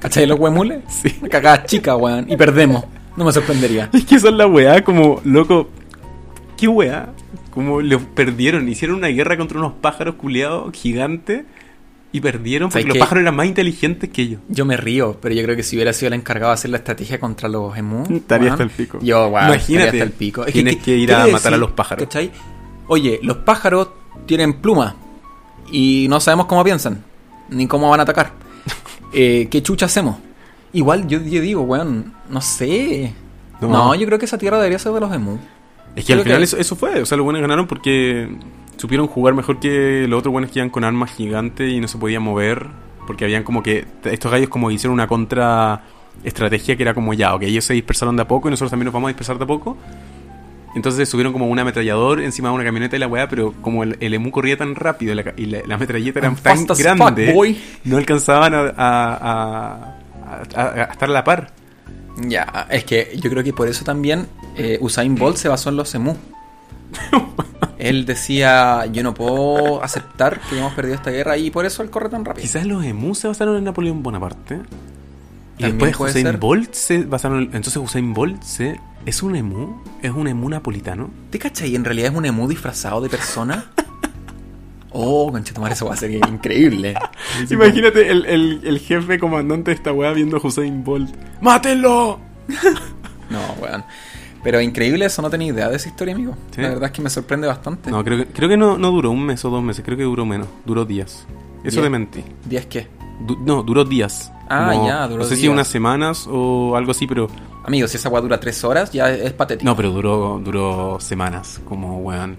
[SPEAKER 1] ¿Cachai los huemules?
[SPEAKER 2] [laughs] [laughs] Sí.
[SPEAKER 1] Una cagada chica, weón. Y perdemos. No me sorprendería.
[SPEAKER 2] Es que esa es la wea como, loco, qué wea, como lo perdieron, hicieron una guerra contra unos pájaros culeados gigantes y perdieron porque
[SPEAKER 1] ¿Sabes
[SPEAKER 2] los
[SPEAKER 1] qué?
[SPEAKER 2] pájaros eran más inteligentes que ellos.
[SPEAKER 1] Yo me río, pero yo creo que si hubiera sido el encargado de hacer la estrategia contra los emus,
[SPEAKER 2] Estaría
[SPEAKER 1] weón,
[SPEAKER 2] hasta el pico.
[SPEAKER 1] Yo, weón,
[SPEAKER 2] Imagínate,
[SPEAKER 1] estaría hasta el pico.
[SPEAKER 2] tienes que ir a
[SPEAKER 1] quiere
[SPEAKER 2] matar a los pájaros.
[SPEAKER 1] ¿cachai? Oye, los pájaros tienen pluma y no sabemos cómo piensan, ni cómo van a
[SPEAKER 2] [laughs]
[SPEAKER 1] atacar. Eh, ¿Qué chucha hacemos? Igual yo, yo digo, weón, no sé.
[SPEAKER 2] No.
[SPEAKER 1] No. yo creo que esa tierra debería ser de los emus.
[SPEAKER 2] Es que al
[SPEAKER 1] Creo
[SPEAKER 2] final
[SPEAKER 1] que-
[SPEAKER 2] eso, eso fue, o sea, los buenos ganaron porque supieron jugar mejor que los otros buenos que iban con armas gigantes y no se podían mover, porque habían como que, estos gallos como que hicieron una contra estrategia que era como ya, ok, ellos se dispersaron de a poco y nosotros también nos vamos a dispersar de a poco. Entonces subieron como un ametrallador encima de una camioneta y la weá, pero como el, el emu corría tan rápido y la, ca- y la- la metralleta era
[SPEAKER 1] I'm
[SPEAKER 2] tan
[SPEAKER 1] fast as fuck,
[SPEAKER 2] grande,
[SPEAKER 1] boy.
[SPEAKER 2] no alcanzaban a, a- a- a- a- a estar a la par.
[SPEAKER 1] Ya, es que yo creo que por eso también eh, Usain Bolt se basó en los
[SPEAKER 2] [laughs]
[SPEAKER 1] emus. Él decía, yo no puedo aceptar que hemos perdido esta guerra y por eso él corre tan rápido.
[SPEAKER 2] Quizás los emus se basaron en Napoleón Bonaparte. Y
[SPEAKER 1] También
[SPEAKER 2] después
[SPEAKER 1] puede
[SPEAKER 2] Usain
[SPEAKER 1] ser.
[SPEAKER 2] Bolt se basaron. Entonces Usain Bolt se. ¿Es un emu? ¿Es un emu napolitano?
[SPEAKER 1] ¿Te cachai? ¿En realidad es un emu disfrazado de persona? Oh, conchetumar, eso va a ser
[SPEAKER 2] [laughs]
[SPEAKER 1] increíble.
[SPEAKER 2] Imagínate el, el, el jefe comandante de esta weá viendo a Hussein Bolt. ¡Mátenlo!
[SPEAKER 1] No, weón. Pero increíble eso, no tenía idea de esa historia, amigo.
[SPEAKER 2] Sí.
[SPEAKER 1] La verdad es que me sorprende bastante.
[SPEAKER 2] No, creo que, creo que no, no duró un mes o dos meses, creo que duró menos, duró días. Eso
[SPEAKER 1] Bien.
[SPEAKER 2] de mentí.
[SPEAKER 1] ¿Días qué?
[SPEAKER 2] Du- no, duró días.
[SPEAKER 1] Ah, ya, duró
[SPEAKER 2] No sé si
[SPEAKER 1] días.
[SPEAKER 2] unas semanas o algo así, pero.
[SPEAKER 1] Amigo, si esa weá dura tres horas, ya es patético.
[SPEAKER 2] No, pero duró, duró semanas, como weón.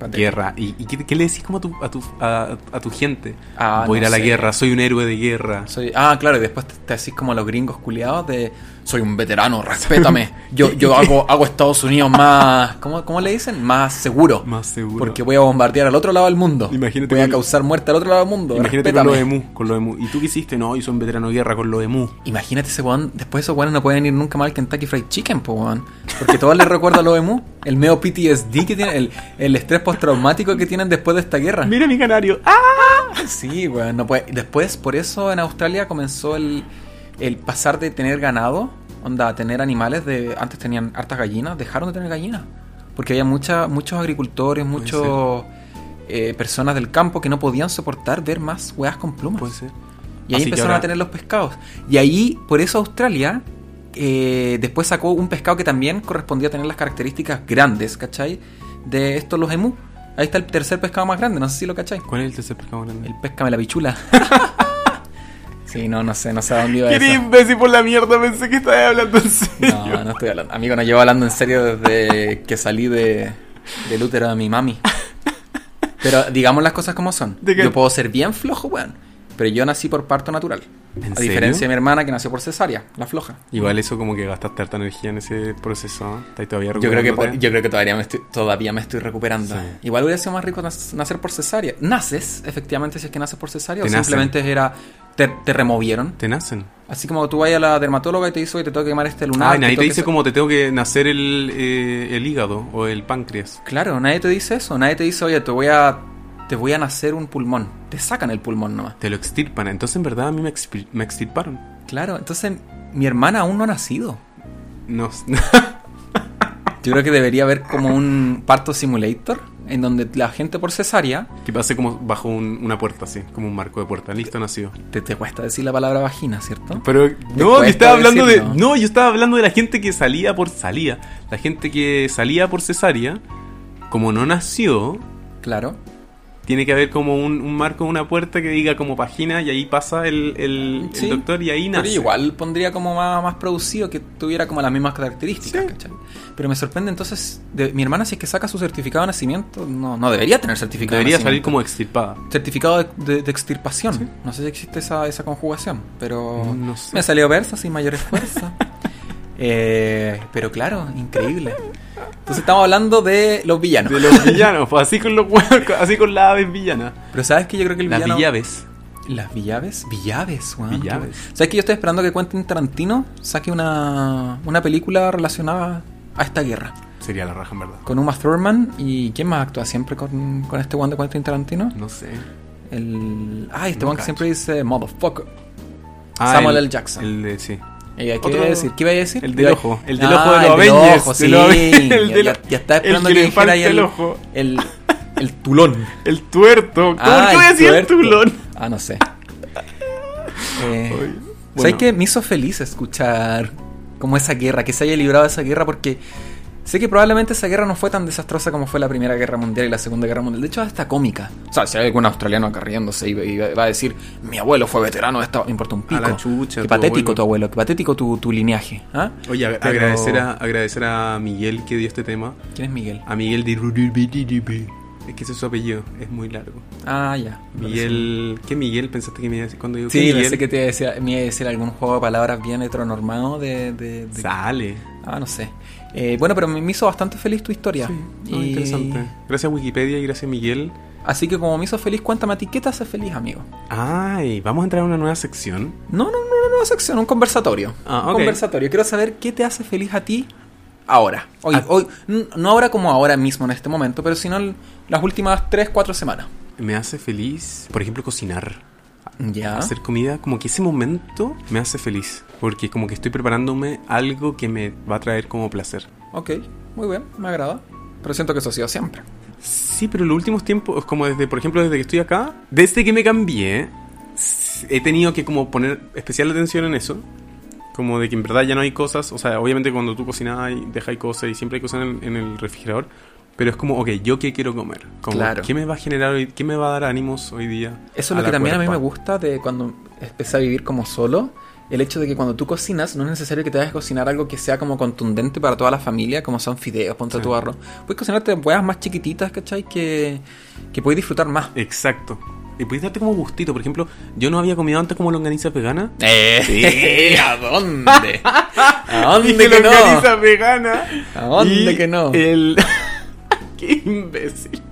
[SPEAKER 1] Patético.
[SPEAKER 2] Guerra. ¿Y, y qué, qué le decís como a tu, a tu, a, a tu gente?
[SPEAKER 1] Ah,
[SPEAKER 2] Voy a ir
[SPEAKER 1] no
[SPEAKER 2] a la
[SPEAKER 1] sé.
[SPEAKER 2] guerra, soy un héroe de guerra.
[SPEAKER 1] Soy- ah, claro, y después te, te decís como los gringos culiados de soy un veterano, respétame. Yo,
[SPEAKER 2] [laughs]
[SPEAKER 1] yo hago, hago Estados Unidos más. ¿cómo, cómo le dicen? Más seguro.
[SPEAKER 2] Más seguro.
[SPEAKER 1] Porque voy a bombardear al otro lado del mundo.
[SPEAKER 2] Imagínate
[SPEAKER 1] voy a
[SPEAKER 2] con-
[SPEAKER 1] causar muerte al otro lado del mundo.
[SPEAKER 2] Imagínate
[SPEAKER 1] respétame.
[SPEAKER 2] con lo de Mu, con lo de Mu. ¿Y tú qué hiciste? No, hizo un veterano de guerra con lo de Mu.
[SPEAKER 1] Imagínate ese weón. Después esos weones no pueden ir nunca más al Kentucky Fried Chicken, po, weón. Porque todos les recuerda lo de Mu. El medio PTSD que tienen, el, el estrés postraumático que tienen después de esta guerra.
[SPEAKER 2] Mira mi canario. ¡Ah!
[SPEAKER 1] Sí, weón. No puede. Después, por eso en Australia comenzó el, el pasar de tener ganado, onda, a tener animales de. Antes tenían hartas gallinas, dejaron de tener gallinas. Porque había mucha, muchos agricultores, muchos. eh, personas del campo que no podían soportar ver más weas con plumas.
[SPEAKER 2] Puede ser.
[SPEAKER 1] Y ahí
[SPEAKER 2] Así que
[SPEAKER 1] empezaron
[SPEAKER 2] ahora-
[SPEAKER 1] a tener los pescados. Y ahí, por eso Australia eh, después sacó un pescado que también correspondía a tener las características grandes, ¿cachai? De estos los emú. Ahí está el tercer pescado más grande, no sé si lo cachai.
[SPEAKER 2] ¿Cuál es el tercer pescado grande?
[SPEAKER 1] El pescame la
[SPEAKER 2] [laughs]
[SPEAKER 1] pichula. sí, no, no sé, no sé a dónde iba
[SPEAKER 2] Qué
[SPEAKER 1] eso.
[SPEAKER 2] imbécil por la mierda, pensé que estabas hablando
[SPEAKER 1] [laughs]
[SPEAKER 2] en serio.
[SPEAKER 1] No, no estoy hablando. Amigo, no llevo hablando en serio desde que salí de, del útero de mi mami. Pero digamos las cosas como son.
[SPEAKER 2] ¿De qué?
[SPEAKER 1] Yo puedo ser bien flojo, weón. Pero yo nací por parto natural.
[SPEAKER 2] ¿En
[SPEAKER 1] a
[SPEAKER 2] serio?
[SPEAKER 1] diferencia de mi hermana que nació por cesárea, la floja.
[SPEAKER 2] Igual eso como que gastaste harta energía en ese proceso. ¿eh? Estás todavía
[SPEAKER 1] Yo creo que, por-
[SPEAKER 2] recuperándote.
[SPEAKER 1] yo creo que todavía, me estoy, todavía me estoy recuperando.
[SPEAKER 2] Sí.
[SPEAKER 1] Igual hubiera sido más rico nac- nacer por cesárea. ¿Naces, efectivamente, si es que naces por cesárea?
[SPEAKER 2] Te
[SPEAKER 1] ¿O
[SPEAKER 2] nacen.
[SPEAKER 1] simplemente era te, te removieron?
[SPEAKER 2] Te nacen.
[SPEAKER 1] Así como tú vas a la dermatóloga y te dice, oye, te tengo que quemar este lunar.
[SPEAKER 2] Ah, y nadie
[SPEAKER 1] tengo
[SPEAKER 2] te
[SPEAKER 1] que
[SPEAKER 2] dice
[SPEAKER 1] sa-".
[SPEAKER 2] como te tengo que nacer el, eh, el hígado o el páncreas.
[SPEAKER 1] Claro, nadie te dice eso. Nadie te dice, oye, te voy a, te voy a nacer un pulmón. Te sacan el pulmón nomás.
[SPEAKER 2] Te lo extirpan. Entonces en verdad a mí me, expi- me extirparon.
[SPEAKER 1] Claro, entonces mi hermana aún no ha nacido.
[SPEAKER 2] No. [laughs]
[SPEAKER 1] Yo creo que debería haber como un parto simulator en donde la gente por cesárea,
[SPEAKER 2] que pase como bajo un- una puerta así, como un marco de puerta. Listo, nacido.
[SPEAKER 1] te, te cuesta decir la palabra vagina, ¿cierto?
[SPEAKER 2] Pero no, yo
[SPEAKER 1] cuesta
[SPEAKER 2] estaba hablando de
[SPEAKER 1] decirlo.
[SPEAKER 2] no, yo estaba hablando de la gente que salía por salía, la gente que salía por cesárea, como no nació,
[SPEAKER 1] Claro.
[SPEAKER 2] tiene que haber como un, un marco, una puerta que diga como página y ahí pasa el, el- el
[SPEAKER 1] Sí,
[SPEAKER 2] doctor y ahí
[SPEAKER 1] Pero
[SPEAKER 2] nace.
[SPEAKER 1] igual pondría como más, más producido que tuviera como las mismas características,
[SPEAKER 2] Sí.
[SPEAKER 1] ¿cachai? Pero me sorprende entonces, de- mi hermana si es que saca su certificado de nacimiento, no, no debería tener certificado
[SPEAKER 2] Debería
[SPEAKER 1] de
[SPEAKER 2] salir
[SPEAKER 1] nacimiento.
[SPEAKER 2] como extirpada.
[SPEAKER 1] Certificado de, de- de extirpación. No sé si existe esa, esa conjugación, pero
[SPEAKER 2] No sé.
[SPEAKER 1] me salió versa sin mayor
[SPEAKER 2] [laughs]
[SPEAKER 1] esfuerzo. Eh, pero claro, increíble. Entonces estamos hablando de los villanos.
[SPEAKER 2] De los villanos, pues así con los huevos, [laughs] así con las aves villanas.
[SPEAKER 1] Pero sabes que yo creo que el
[SPEAKER 2] Las
[SPEAKER 1] villano...
[SPEAKER 2] villaves.
[SPEAKER 1] Las Villaves. Villaves, weón.
[SPEAKER 2] Villaves.
[SPEAKER 1] ¿Sabes que yo estoy esperando que Quentin Tarantino saque una, una película relacionada a esta guerra?
[SPEAKER 2] Sería la raja en verdad.
[SPEAKER 1] Con Uma Thurman y ¿quién más actúa siempre con, con este weón de Quentin Tarantino?
[SPEAKER 2] No sé.
[SPEAKER 1] El. Ay, este
[SPEAKER 2] No
[SPEAKER 1] weón que
[SPEAKER 2] cacho.
[SPEAKER 1] siempre dice Motherfucker.
[SPEAKER 2] Ah,
[SPEAKER 1] Samuel
[SPEAKER 2] el-
[SPEAKER 1] L. Jackson.
[SPEAKER 2] El de, sí.
[SPEAKER 1] Eh, ¿Qué
[SPEAKER 2] Otro-
[SPEAKER 1] iba a decir? ¿Qué iba a decir?
[SPEAKER 2] el del
[SPEAKER 1] Iba-
[SPEAKER 2] ojo, el del ojo de los
[SPEAKER 1] el del
[SPEAKER 2] Avengers,
[SPEAKER 1] ojo,
[SPEAKER 2] de
[SPEAKER 1] sí.
[SPEAKER 2] los Avengers, el
[SPEAKER 1] Ya-
[SPEAKER 2] del-
[SPEAKER 1] ya, ya estaba
[SPEAKER 2] el
[SPEAKER 1] esperando
[SPEAKER 2] que
[SPEAKER 1] que,
[SPEAKER 2] le
[SPEAKER 1] dijera ahí
[SPEAKER 2] falta el
[SPEAKER 1] el-
[SPEAKER 2] ojo. [laughs]
[SPEAKER 1] El, el tulón.
[SPEAKER 2] El tuerto. ¿Cómo
[SPEAKER 1] Ah,
[SPEAKER 2] qué voy a decir el
[SPEAKER 1] tuerto.
[SPEAKER 2] tulón?
[SPEAKER 1] Ah, no
[SPEAKER 2] [laughs]
[SPEAKER 1] sé. Eh,
[SPEAKER 2] Oye,
[SPEAKER 1] ¿Sabes
[SPEAKER 2] bueno.
[SPEAKER 1] qué? Me hizo feliz escuchar como esa guerra, que se haya librado de esa guerra, porque sé que probablemente esa guerra no fue tan desastrosa como fue la Primera Guerra Mundial y la Segunda Guerra Mundial. De hecho, hasta cómica. O sea, si hay algún australiano acá riéndose y, y va a decir, mi abuelo fue veterano de esta... Me importa un
[SPEAKER 2] A
[SPEAKER 1] pico.
[SPEAKER 2] la chucha,
[SPEAKER 1] qué
[SPEAKER 2] tu
[SPEAKER 1] patético
[SPEAKER 2] abuelo.
[SPEAKER 1] tu abuelo, qué patético tu, tu lineaje. ¿ah?
[SPEAKER 2] Oye, ag-
[SPEAKER 1] Pero-
[SPEAKER 2] agradecer, a, agradecer a Miguel que dio este tema.
[SPEAKER 1] ¿Quién es Miguel?
[SPEAKER 2] A Miguel de Rurubidiribi. Es que ese es su apellido, es muy largo.
[SPEAKER 1] Ah, ya.
[SPEAKER 2] Miguel. ¿Qué Miguel pensaste que me iba a decir cuando digo
[SPEAKER 1] Sí,
[SPEAKER 2] que
[SPEAKER 1] pensé
[SPEAKER 2] Miguel?
[SPEAKER 1] que te iba a decir, me iba a decir algún juego de palabras bien heteronormado de, de, de-
[SPEAKER 2] Sale.
[SPEAKER 1] Ah, no sé. Eh, bueno, pero me me hizo bastante feliz tu historia.
[SPEAKER 2] Sí, no,
[SPEAKER 1] Y-
[SPEAKER 2] interesante. Gracias Wikipedia y gracias Miguel.
[SPEAKER 1] Así que como me hizo feliz, cuéntame a ti, ¿qué te hace feliz, amigo?
[SPEAKER 2] Ay, vamos a entrar a una nueva sección.
[SPEAKER 1] No, no, no, no, no, sección, un conversatorio.
[SPEAKER 2] Ah,
[SPEAKER 1] Un
[SPEAKER 2] ok.
[SPEAKER 1] conversatorio. Quiero saber qué te hace feliz a ti ahora. Hoy,
[SPEAKER 2] A-
[SPEAKER 1] hoy, n- no ahora como ahora mismo en este momento, pero sino en las últimas 3, 4 semanas.
[SPEAKER 2] Me hace feliz, por ejemplo, cocinar.
[SPEAKER 1] Ya.
[SPEAKER 2] Hacer comida, como que ese momento me hace feliz. Porque como que estoy preparándome algo que me va a traer como placer.
[SPEAKER 1] Ok, muy bien, me agrada. Pero siento que eso ha sido siempre.
[SPEAKER 2] Sí, pero en los últimos tiempos, como desde, por ejemplo, desde que estoy acá, desde que me cambié, s- he tenido que como poner especial atención en eso. Como de que en verdad ya no hay cosas, o sea, obviamente cuando tú cocinas y dejas cosas y siempre hay cosas en el, en el refrigerador, pero es como, ok, ¿yo qué quiero comer? Como,
[SPEAKER 1] Claro.
[SPEAKER 2] ¿Qué me va a generar hoy, qué me va a dar ánimos hoy día?
[SPEAKER 1] Eso es lo
[SPEAKER 2] la
[SPEAKER 1] que también a mí me
[SPEAKER 2] cuerpa?
[SPEAKER 1] gusta de cuando empecé a vivir como solo. El hecho de que cuando tú cocinas, no es necesario que te vayas a cocinar algo que sea como contundente para toda la familia, como son fideos, ponte
[SPEAKER 2] Sí.
[SPEAKER 1] tu arroz. Puedes cocinarte huevas más chiquititas, ¿cachai? Que, que puedes disfrutar más.
[SPEAKER 2] Eh, Exacto. Y puedes darte como gustito, por ejemplo, yo no había comido antes como longaniza vegana.
[SPEAKER 1] Eh, [laughs] ¿A
[SPEAKER 2] [laughs]
[SPEAKER 1] dónde? ¿A dónde
[SPEAKER 2] Dije
[SPEAKER 1] que no?
[SPEAKER 2] longaniza vegana.
[SPEAKER 1] ¿A dónde
[SPEAKER 2] Y
[SPEAKER 1] que no?
[SPEAKER 2] El... [laughs] Qué imbécil.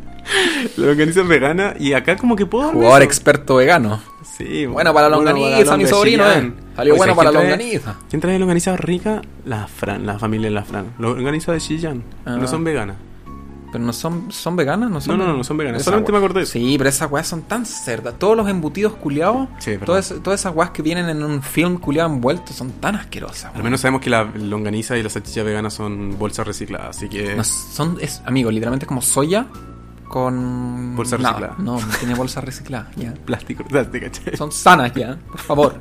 [SPEAKER 2] La longaniza vegana y acá como que puedo... darme
[SPEAKER 1] Jugador
[SPEAKER 2] eso.
[SPEAKER 1] experto vegano.
[SPEAKER 2] Sí,
[SPEAKER 1] Bueno para la
[SPEAKER 2] bueno
[SPEAKER 1] longaniza,
[SPEAKER 2] para la
[SPEAKER 1] mi sobrino,
[SPEAKER 2] longaniza,
[SPEAKER 1] eh. Salió
[SPEAKER 2] Oye,
[SPEAKER 1] bueno
[SPEAKER 2] ¿sabes
[SPEAKER 1] para la
[SPEAKER 2] quién trae-
[SPEAKER 1] longaniza.
[SPEAKER 2] ¿Quién trae longaniza rica? La Fran, la familia de la Fran. Longaniza de Xillan.
[SPEAKER 1] Ah.
[SPEAKER 2] No son veganas.
[SPEAKER 1] Pero no son, son veganas, no son
[SPEAKER 2] No, no, no, no son veganas.
[SPEAKER 1] Esa
[SPEAKER 2] Solamente
[SPEAKER 1] hue-
[SPEAKER 2] me acordé de eso.
[SPEAKER 1] Sí, pero esas weas son tan cerdas. Todos los embutidos culiados,
[SPEAKER 2] Sí, es verdad.
[SPEAKER 1] todas, todas esas weas que vienen en un film culiado envuelto son tan asquerosas.
[SPEAKER 2] Al
[SPEAKER 1] weón.
[SPEAKER 2] menos sabemos que la longaniza y la salchicha vegana son bolsas recicladas, así que...
[SPEAKER 1] No, son, es, amigo, literalmente es como soya con.
[SPEAKER 2] Bolsa
[SPEAKER 1] nada.
[SPEAKER 2] reciclada.
[SPEAKER 1] No, no
[SPEAKER 2] [laughs]
[SPEAKER 1] tiene bolsa reciclada, ya.
[SPEAKER 2] [laughs] Plástico, plástico, ¿cachai?
[SPEAKER 1] Son sanas ya, por favor.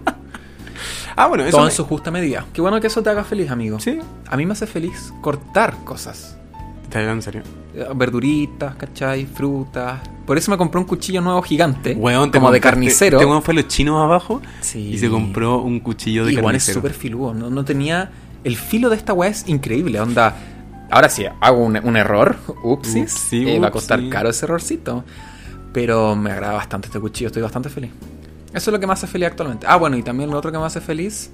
[SPEAKER 2] Ah, bueno, [laughs] eso...
[SPEAKER 1] Todo en
[SPEAKER 2] me-
[SPEAKER 1] su justa medida. Qué bueno que eso te haga feliz, amigo.
[SPEAKER 2] Sí,
[SPEAKER 1] A mí me hace feliz cortar cosas.
[SPEAKER 2] está hablando en serio.
[SPEAKER 1] Eh, Verduritas, ¿cachai? Frutas. Por eso me compré un cuchillo nuevo gigante.
[SPEAKER 2] Weón, te
[SPEAKER 1] como de
[SPEAKER 2] compraste-
[SPEAKER 1] carnicero.
[SPEAKER 2] Este weón fue a los chinos abajo
[SPEAKER 1] Sí.
[SPEAKER 2] y se compró un cuchillo de
[SPEAKER 1] Igual es
[SPEAKER 2] carnicero.
[SPEAKER 1] súper filudo. No, no tenía. El filo de esta weá es increíble. Onda. Ahora sí, hago un, un error. [laughs] Upsis.
[SPEAKER 2] Upsi,
[SPEAKER 1] eh, va a
[SPEAKER 2] upsi.
[SPEAKER 1] costar caro ese errorcito. Pero me agrada bastante este cuchillo. Estoy bastante feliz. Eso es lo que me hace feliz actualmente. Ah, bueno, y también lo otro que me hace feliz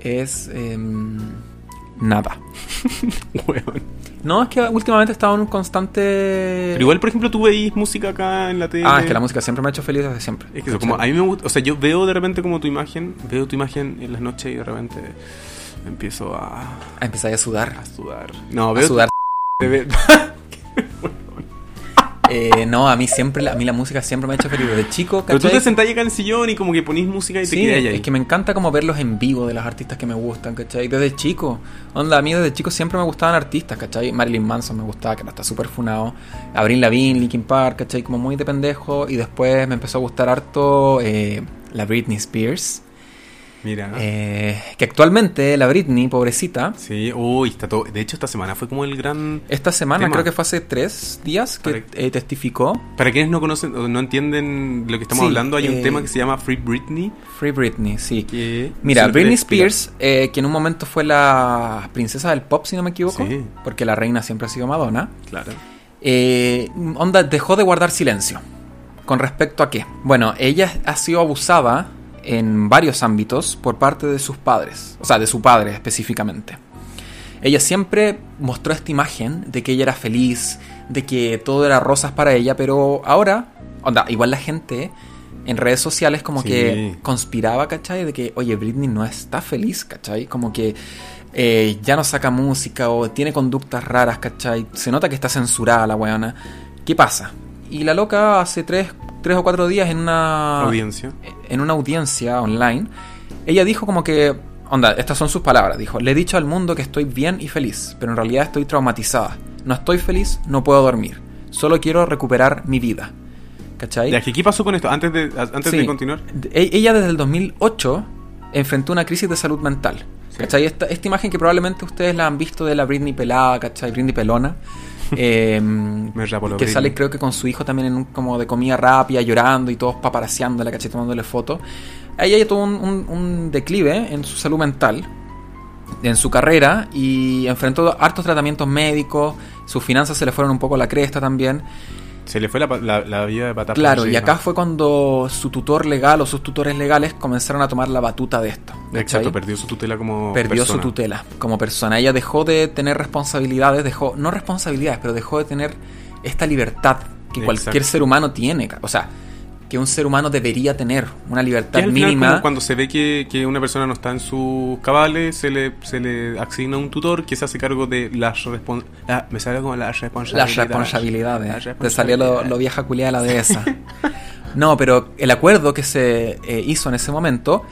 [SPEAKER 1] es. em, nada.
[SPEAKER 2] [laughs] Weón.
[SPEAKER 1] No, es que últimamente he estado en un constante.
[SPEAKER 2] Pero igual, por ejemplo, tú veís música acá en la tele.
[SPEAKER 1] Ah, es que la música siempre me ha hecho feliz desde siempre.
[SPEAKER 2] Es que eso, como a mí me gusta, o sea, yo veo de repente como tu imagen, veo tu imagen en las noches y de repente empiezo a,
[SPEAKER 1] Ah, Empecé a sudar.
[SPEAKER 2] a sudar. No,
[SPEAKER 1] A
[SPEAKER 2] veo
[SPEAKER 1] sudar. [laughs]
[SPEAKER 2] te ve-
[SPEAKER 1] Eh, no, a mí siempre, la- a mí la música siempre me ha hecho feliz desde chico.
[SPEAKER 2] Pero tú
[SPEAKER 1] ¿cachai?
[SPEAKER 2] te sentás acá en el sillón y como que ponís música y te
[SPEAKER 1] Sí,
[SPEAKER 2] quedas ahí.
[SPEAKER 1] es que me encanta como verlos en vivo de las artistas que me gustan, ¿cachai? Desde chico. Onda, a mí desde chico siempre me gustaban artistas, ¿cachai? Marilyn Manson me gustaba, que ahora está súper funado. Avril Lavigne, Linkin Park, ¿cachai? Como muy de pendejo. Y después me empezó a gustar harto eh, la Britney Spears.
[SPEAKER 2] Mira.
[SPEAKER 1] eh, que actualmente la Britney, pobrecita,
[SPEAKER 2] Sí, uy, está todo. De hecho, esta semana fue como el gran.
[SPEAKER 1] esta semana,
[SPEAKER 2] Tema.
[SPEAKER 1] creo que fue hace tres días, que
[SPEAKER 2] Correcto.
[SPEAKER 1] eh, testificó
[SPEAKER 2] Para quienes no conocen o no entienden lo que estamos
[SPEAKER 1] Sí,
[SPEAKER 2] hablando, hay
[SPEAKER 1] eh,
[SPEAKER 2] un tema que se llama Free Britney.
[SPEAKER 1] Free Britney, sí.
[SPEAKER 2] Que
[SPEAKER 1] Mira,
[SPEAKER 2] si no
[SPEAKER 1] Britney
[SPEAKER 2] querés explicar-
[SPEAKER 1] Spears, eh, que en un momento fue la princesa del pop, si no me equivoco,
[SPEAKER 2] Sí.
[SPEAKER 1] porque la reina siempre ha sido Madonna,
[SPEAKER 2] Claro.
[SPEAKER 1] eh, Onda dejó de guardar silencio. ¿Con respecto a qué? Bueno, ella ha sido abusada en varios ámbitos por parte de sus padres, o sea, de su padre específicamente. Ella siempre mostró esta imagen de que ella era feliz, de que todo era rosas para ella, pero ahora, onda, igual la gente en redes sociales como
[SPEAKER 2] Sí.
[SPEAKER 1] que conspiraba, ¿cachai? De que, oye, Britney no está feliz, ¿cachai? Como que eh, ya no saca música o tiene conductas raras, ¿cachai? Se nota que está censurada la weona. ¿Qué pasa? Y la loca hace tres, tres o cuatro días en una
[SPEAKER 2] Audiencia.
[SPEAKER 1] en una audiencia online, ella dijo como que, onda, estas son sus palabras, dijo, le he dicho al mundo que estoy bien y feliz, pero en realidad estoy traumatizada. No estoy feliz, no puedo dormir. Solo quiero recuperar mi vida. ¿Cachai?
[SPEAKER 2] Ya, que ¿qué pasó con esto? Antes de, a- antes
[SPEAKER 1] Sí.
[SPEAKER 2] de continuar.
[SPEAKER 1] E- Ella desde el 2008 enfrentó una crisis de salud mental.
[SPEAKER 2] Sí.
[SPEAKER 1] ¿Cachai? Esta, esta imagen que probablemente ustedes la han visto de la Britney pelada, ¿cachai? Britney pelona.
[SPEAKER 2] [laughs]
[SPEAKER 1] eh,
[SPEAKER 2] Me rapo los
[SPEAKER 1] que
[SPEAKER 2] Britney.
[SPEAKER 1] sale creo que con su hijo también en un como de comida rápida, llorando y todos paparaseándola, ¿cachai? Tomándole fotos. Ahí Ella tuvo un, un- un declive en su salud mental, en su carrera, y enfrentó hartos tratamientos médicos, sus finanzas se le fueron un poco a la cresta también.
[SPEAKER 2] Se le fue la, pa- la, la vida de patata.
[SPEAKER 1] Claro, y acá fue cuando su tutor legal o sus tutores legales comenzaron a tomar la batuta de esto.
[SPEAKER 2] Exacto,
[SPEAKER 1] ¿cachai?
[SPEAKER 2] perdió su tutela como.
[SPEAKER 1] Perdió
[SPEAKER 2] persona.
[SPEAKER 1] su tutela como persona. Ella dejó de tener responsabilidades, dejó, no responsabilidades, pero dejó de tener esta libertad que cualquier
[SPEAKER 2] Exacto.
[SPEAKER 1] ser humano tiene. ca- O sea, que un ser humano debería tener una
[SPEAKER 2] Que
[SPEAKER 1] libertad
[SPEAKER 2] al final,
[SPEAKER 1] mínima.
[SPEAKER 2] como cuando se ve que, que una persona no está en sus cabales, se le, se le asigna un tutor que se hace cargo de las responsabilidades. me sale como las
[SPEAKER 1] Las
[SPEAKER 2] responsabilidades.
[SPEAKER 1] responsabilidades.
[SPEAKER 2] Las
[SPEAKER 1] Te salió lo, lo
[SPEAKER 2] responsabilidades.
[SPEAKER 1] vieja culiada la de
[SPEAKER 2] [laughs]
[SPEAKER 1] esa. no, pero el acuerdo que se eh, hizo en ese momento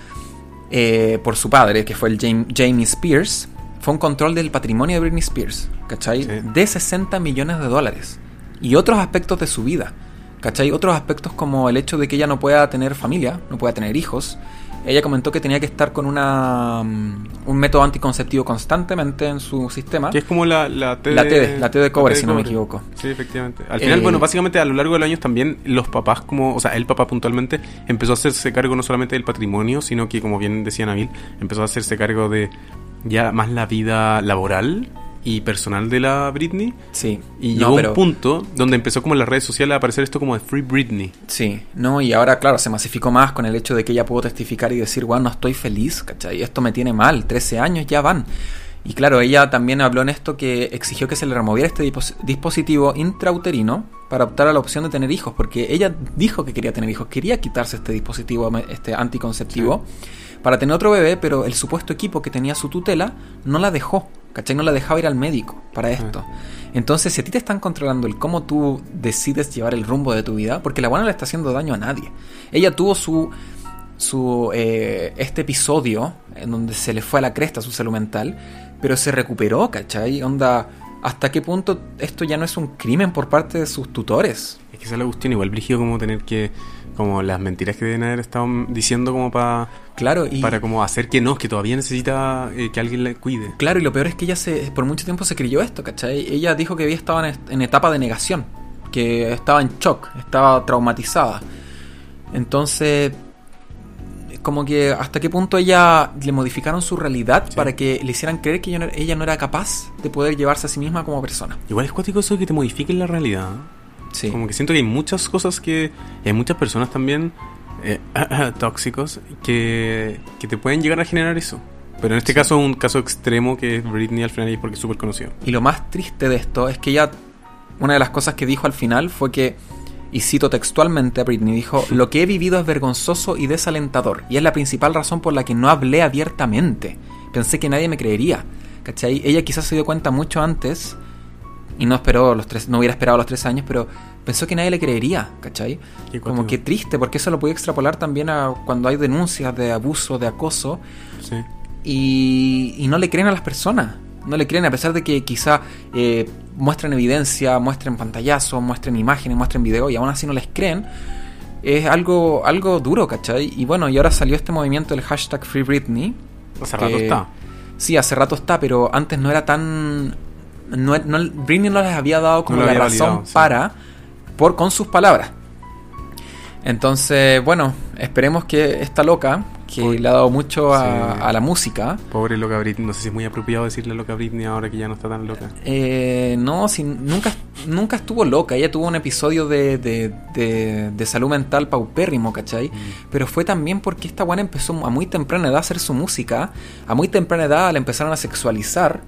[SPEAKER 1] eh, por su padre, que fue el Jam- Jamie Spears, fue un control del patrimonio de Britney Spears, ¿cachai?
[SPEAKER 2] Sí.
[SPEAKER 1] De 60 millones de dólares. y otros aspectos de su vida. ¿Cachai? Otros aspectos como el hecho de que ella no pueda tener familia, no pueda tener hijos. Ella comentó que tenía que estar con una, um, un método anticonceptivo constantemente en su sistema.
[SPEAKER 2] Que es como la, la T
[SPEAKER 1] La T de- la T de cobre, si no me equivoco.
[SPEAKER 2] Sí, efectivamente. Al
[SPEAKER 1] Eh,
[SPEAKER 2] final, bueno, básicamente a lo largo de los años también los papás, como, o sea, el papá puntualmente empezó a hacerse cargo no solamente del patrimonio, sino que, como bien decía Nabil, empezó a hacerse cargo de ya más la vida laboral y personal de la Britney.
[SPEAKER 1] Sí.
[SPEAKER 2] Y
[SPEAKER 1] No,
[SPEAKER 2] llegó
[SPEAKER 1] pero-
[SPEAKER 2] un punto donde empezó como en las redes sociales a aparecer esto como de Free Britney.
[SPEAKER 1] Sí, no, y ahora, claro, se masificó más con el hecho de que ella pudo testificar y decir, bueno, no estoy feliz, ¿cachai? Esto me tiene mal, 13 años ya van. Y claro, ella también habló en esto que exigió que se le removiera este dipos- dispositivo intrauterino para optar a la opción de tener hijos, porque ella dijo que quería tener hijos, quería quitarse este dispositivo, me- este anticonceptivo, para tener otro bebé, pero el supuesto equipo que tenía su tutela no la dejó, ¿cachai? No la dejaba ir al médico para esto. Entonces, si a ti te están controlando el cómo tú decides llevar el rumbo de tu vida, porque la buena le está haciendo daño a nadie. Ella tuvo su, su eh, este episodio en donde se le fue a la cresta su salud mental, pero se recuperó, ¿cachai? Onda, ¿hasta qué punto esto ya no es un crimen por parte de sus tutores?
[SPEAKER 2] Es que esa es la cuestión, igual brígido como tener que, como las mentiras que deben haber estado diciendo como para,
[SPEAKER 1] Claro, y...
[SPEAKER 2] para como hacer que no, que todavía necesita eh, que alguien le cuide.
[SPEAKER 1] Claro, y lo peor es que ella se, por mucho tiempo se creyó esto, ¿cachai? Ella dijo que había estado en, est- en etapa de negación, que estaba en shock, estaba traumatizada. Entonces, como que hasta qué punto ella le modificaron su realidad
[SPEAKER 2] Sí.
[SPEAKER 1] para que le hicieran creer que ella no, era- ella no era capaz de poder llevarse a sí misma como persona.
[SPEAKER 2] Igual es cuático eso de que te modifiquen la realidad.
[SPEAKER 1] Sí.
[SPEAKER 2] Como que siento que hay muchas cosas que. y hay muchas personas también. eh, [clears throat] tóxicos. Que, que te pueden llegar a generar eso. Pero en este caso, un caso extremo que es Britney al final y es porque es súper conocido.
[SPEAKER 1] Y lo más triste de esto es que ella, una de las cosas que dijo al final fue que, y cito textualmente a Britney, dijo, lo que he vivido es vergonzoso y desalentador, y es la principal razón por la que no hablé abiertamente. Pensé que nadie me creería. ¿Cachai? Ella quizás se dio cuenta mucho antes y no esperó los tres, no hubiera esperado los tres años, pero pensó que nadie le creería, ¿cachai?
[SPEAKER 2] Qué
[SPEAKER 1] Como
[SPEAKER 2] cuático.
[SPEAKER 1] que triste, porque eso lo puede extrapolar también a cuando hay denuncias de abuso, de acoso,
[SPEAKER 2] Sí.
[SPEAKER 1] y, y no le creen a las personas. No le creen, a pesar de que quizá eh, muestren evidencia, muestren pantallazos, muestren imágenes, muestren video y aún así no les creen. Es algo, algo duro, ¿cachai? Y bueno, y ahora salió este movimiento del hashtag Free Britney.
[SPEAKER 2] Hace
[SPEAKER 1] que-
[SPEAKER 2] rato está.
[SPEAKER 1] Sí, hace rato está, pero antes no era tan... No, no- Britney no les había dado como
[SPEAKER 2] No
[SPEAKER 1] la
[SPEAKER 2] lo había
[SPEAKER 1] razón
[SPEAKER 2] validado, sí.
[SPEAKER 1] para, por con sus palabras. Entonces, bueno, esperemos que esta loca, que
[SPEAKER 2] Uy.
[SPEAKER 1] le ha dado mucho a-
[SPEAKER 2] Sí.
[SPEAKER 1] a la música,
[SPEAKER 2] Pobre loca Britney. No sé si es muy apropiado decirle loca Britney ahora que ya no está tan loca.
[SPEAKER 1] Eh, no, si, nunca, nunca estuvo loca. Ella tuvo un episodio de, de- de- de salud mental paupérrimo, ¿cachai? Pero fue también porque esta buena empezó a muy temprana edad a hacer su música. A muy temprana edad la empezaron a sexualizar.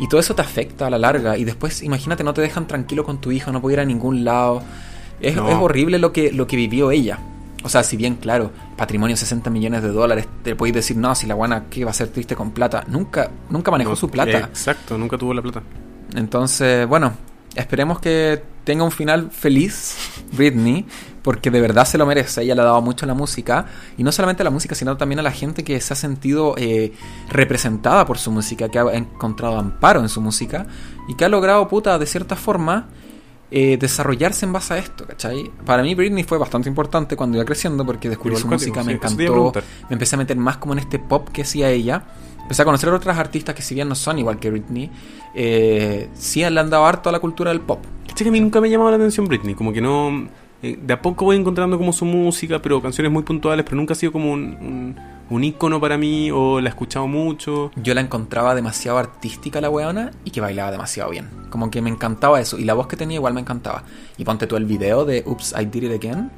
[SPEAKER 1] Y todo eso te afecta a la larga. Y después, imagínate, no te dejan tranquilo con tu hijo, no puede ir a ningún lado. Es,
[SPEAKER 2] No.
[SPEAKER 1] es horrible lo que, lo que vivió ella. O sea, si bien, claro, patrimonio 60 millones de dólares, te podéis decir, no, si la buena, ¿qué va a ser triste con plata? Nunca, nunca manejó
[SPEAKER 2] No, eh,
[SPEAKER 1] su plata.
[SPEAKER 2] Exacto, nunca tuvo la plata.
[SPEAKER 1] Entonces, bueno, esperemos que tenga un final feliz Britney, porque de verdad se lo merece. Ella le ha dado mucho a la música, y no solamente a la música, sino también a la gente que se ha sentido eh, representada por su música, que ha encontrado amparo en su música, y que ha logrado, puta, de cierta forma, eh, desarrollarse en base a esto, ¿cachai? Para mí Britney fue bastante importante cuando iba creciendo, porque descubrí
[SPEAKER 2] Igual
[SPEAKER 1] su
[SPEAKER 2] cuático,
[SPEAKER 1] música,
[SPEAKER 2] sí,
[SPEAKER 1] me
[SPEAKER 2] eso te iba a
[SPEAKER 1] encantó,
[SPEAKER 2] preguntar.
[SPEAKER 1] me empecé a meter más como en este pop que hacía ella. Empecé a conocer otras artistas que si bien no son igual que Britney, eh, sí le han dado harto a la cultura del pop.
[SPEAKER 2] Caché que a mí nunca me ha llamado la atención Britney, como que no... eh, de a poco voy encontrando como su música, pero canciones muy puntuales, pero nunca ha sido como un, un, un ícono para mí, o la he escuchado mucho.
[SPEAKER 1] Yo la encontraba demasiado artística la weona y que bailaba demasiado bien. Como que me encantaba eso. Y la voz que tenía igual me encantaba. Y ponte tú el video de Oops, I Did It Again.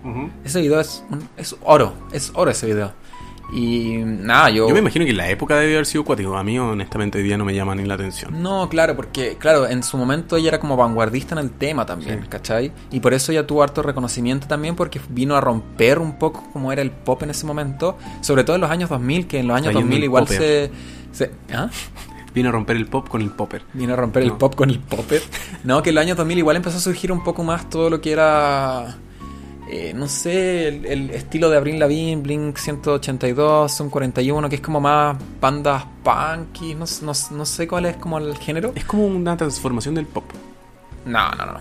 [SPEAKER 1] Ese video es, un- es oro. Es oro ese video. Y nada, yo...
[SPEAKER 2] Yo me imagino que en la época debe haber sido cuático, a mí honestamente hoy día no me llama ni la atención.
[SPEAKER 1] No, claro, porque, claro, en su momento ella era como vanguardista en el tema también,
[SPEAKER 2] Sí.
[SPEAKER 1] ¿cachai? Y por eso ella tuvo harto reconocimiento también, porque vino a romper un poco como era el pop en ese momento, sobre todo en los años 2000, que en los años
[SPEAKER 2] Trayendo
[SPEAKER 1] 2000
[SPEAKER 2] el
[SPEAKER 1] igual se,
[SPEAKER 2] popper.
[SPEAKER 1] se- ¿ah?
[SPEAKER 2] Vino a romper el pop con el popper.
[SPEAKER 1] Vino a romper el
[SPEAKER 2] No.
[SPEAKER 1] pop con el popper. No, que en los años 2000 igual empezó a surgir un poco más todo lo que era, eh, no sé, el, el estilo de Avril Lavigne, Blink 182, Zoom 41, que es como más bandas punky, no, no- no sé cuál es como el género.
[SPEAKER 2] Es como una transformación del pop.
[SPEAKER 1] No, no, no.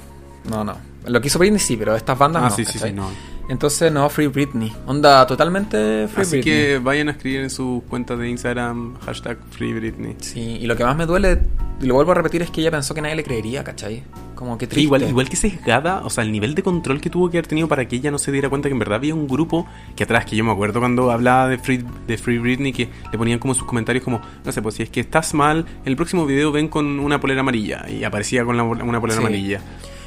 [SPEAKER 1] No, no. Lo que hizo Britney sí, pero estas bandas
[SPEAKER 2] ah,
[SPEAKER 1] no.
[SPEAKER 2] sí, sí,
[SPEAKER 1] ¿cachai?
[SPEAKER 2] sí, no.
[SPEAKER 1] Entonces, no, Free Britney. Onda totalmente Free
[SPEAKER 2] Así
[SPEAKER 1] Britney.
[SPEAKER 2] que vayan a escribir en su cuenta de Instagram hashtag Free Britney.
[SPEAKER 1] Sí, y lo que más me duele, y lo vuelvo a repetir, es que ella pensó que nadie le creería, ¿cachai? Como que triste.
[SPEAKER 2] Igual, igual que sesgada, o sea, el nivel de control que tuvo que haber tenido para que ella no se diera cuenta que en verdad había un grupo que atrás, que yo me acuerdo cuando hablaba de Free, de Free Britney, que le ponían como sus comentarios como, no sé, pues si es que estás mal, el próximo video ven con una polera amarilla. Y aparecía con la bol- una polera
[SPEAKER 1] Sí.
[SPEAKER 2] amarilla.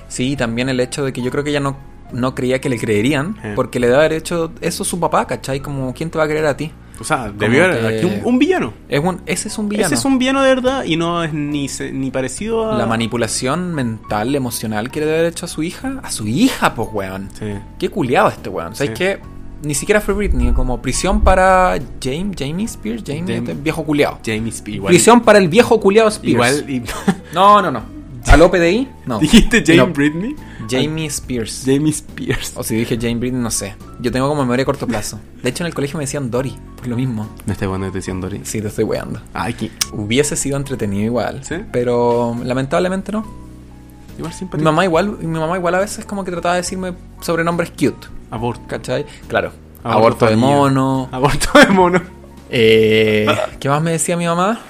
[SPEAKER 1] Sí, también el hecho de que yo creo que ella no, no creía que le creerían,
[SPEAKER 2] Eh.
[SPEAKER 1] porque le debe haber hecho eso su papá, ¿cachai? Como, ¿quién te va a creer a ti?
[SPEAKER 2] O sea, debió
[SPEAKER 1] Como
[SPEAKER 2] haber
[SPEAKER 1] que-
[SPEAKER 2] aquí un, un villano.
[SPEAKER 1] Es un, ese es un villano.
[SPEAKER 2] Ese es un villano de verdad y no es ni, se- ni parecido a...
[SPEAKER 1] La manipulación mental, emocional que le debe haber hecho a su hija. A su hija, pues, weón.
[SPEAKER 2] Sí.
[SPEAKER 1] Qué culiado este weón. ¿Sabes
[SPEAKER 2] Sí.
[SPEAKER 1] qué? Ni siquiera fue Britney, como prisión para James, Jamie Spears, Jamie,
[SPEAKER 2] Jamie-
[SPEAKER 1] este viejo culiado.
[SPEAKER 2] Jamie Spears. Igual,
[SPEAKER 1] Prisión para el viejo culiado Spears.
[SPEAKER 2] [laughs] igual y-
[SPEAKER 1] No, no, no. ¿Al OPDI? No.
[SPEAKER 2] ¿Dijiste Jamie
[SPEAKER 1] No.
[SPEAKER 2] Britney?
[SPEAKER 1] Jamie Spears.
[SPEAKER 2] Jamie Spears.
[SPEAKER 1] O si dije Jane Britney, no sé. Yo tengo como memoria a corto plazo. De hecho, en el colegio me decían Dory, por lo mismo.
[SPEAKER 2] Me estoy poniendo atención, Doris.
[SPEAKER 1] Sí, te estoy weando.
[SPEAKER 2] Ay, que...
[SPEAKER 1] Hubiese sido entretenido igual,
[SPEAKER 2] ¿Sí?
[SPEAKER 1] pero lamentablemente no.
[SPEAKER 2] Igual
[SPEAKER 1] Mi
[SPEAKER 2] simpático.
[SPEAKER 1] mamá igual, mi mamá igual a veces como que trataba de decirme sobrenombres cute,
[SPEAKER 2] Aborto.
[SPEAKER 1] ¿cachai? Claro. Aborto, de
[SPEAKER 2] amigo. Ah,
[SPEAKER 1] mono.
[SPEAKER 2] Aborto de mono.
[SPEAKER 1] Eh,
[SPEAKER 2] Ah.
[SPEAKER 1] ¿Qué más me decía mi mamá?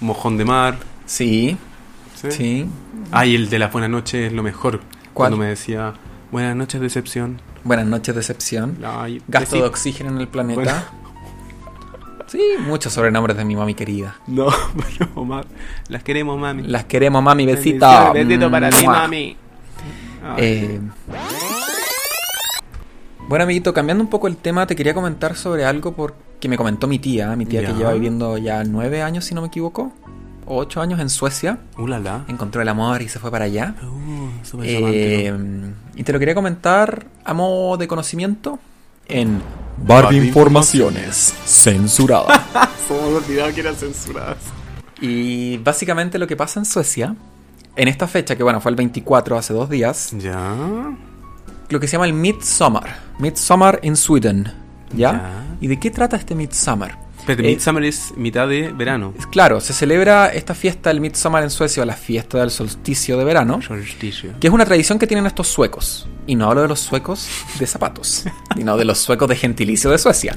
[SPEAKER 2] Mojón de mar.
[SPEAKER 1] Sí,
[SPEAKER 2] Sí.
[SPEAKER 1] sí.
[SPEAKER 2] Ay, el de las buenas noches es lo mejor.
[SPEAKER 1] ¿Cuál?
[SPEAKER 2] Cuando me decía, buenas noches, decepción.
[SPEAKER 1] Buenas noches, decepción.
[SPEAKER 2] Ay,
[SPEAKER 1] Gasto de
[SPEAKER 2] decí-
[SPEAKER 1] oxígeno en el planeta. Sí, muchos sobrenombres de mi mami querida.
[SPEAKER 2] No, [laughs] pero ma- las queremos, mami.
[SPEAKER 1] Las queremos, mami. Besito.
[SPEAKER 2] Besito para ti,
[SPEAKER 1] mm, Mua.
[SPEAKER 2] mami. Ay.
[SPEAKER 1] Eh, Bueno, amiguito, cambiando un poco el tema, te quería comentar sobre algo por- que me comentó mi tía. Mi tía
[SPEAKER 2] Ya.
[SPEAKER 1] que lleva viviendo ya nueve años, si no me equivoco, o ocho años en Suecia.
[SPEAKER 2] Ulala.
[SPEAKER 1] Encontró el amor y se fue para allá.
[SPEAKER 2] Uh, súper
[SPEAKER 1] Eh,
[SPEAKER 2] romántico.
[SPEAKER 1] y te lo quería comentar a modo de conocimiento en
[SPEAKER 2] Barbie Informaciones
[SPEAKER 1] Censurada.
[SPEAKER 2] Somos olvidado que eran censuradas.
[SPEAKER 1] [laughs] y básicamente lo que pasa en Suecia, en esta fecha, que bueno, fue el 24, hace dos días,
[SPEAKER 2] Ya.
[SPEAKER 1] lo que se llama el Midsummer. Midsummer in Sweden. ¿Ya?
[SPEAKER 2] Ya.
[SPEAKER 1] ¿Y de qué trata este Midsummer?
[SPEAKER 2] Espérate,
[SPEAKER 1] Eh,
[SPEAKER 2] Midsummer es mitad de verano.
[SPEAKER 1] es- Claro, se celebra esta fiesta del Midsummer en Suecia, o la fiesta del solsticio de verano,
[SPEAKER 2] Solsticio.
[SPEAKER 1] que es una tradición que tienen estos suecos. Y no hablo de los suecos de zapatos, sino de los suecos de gentilicio de Suecia.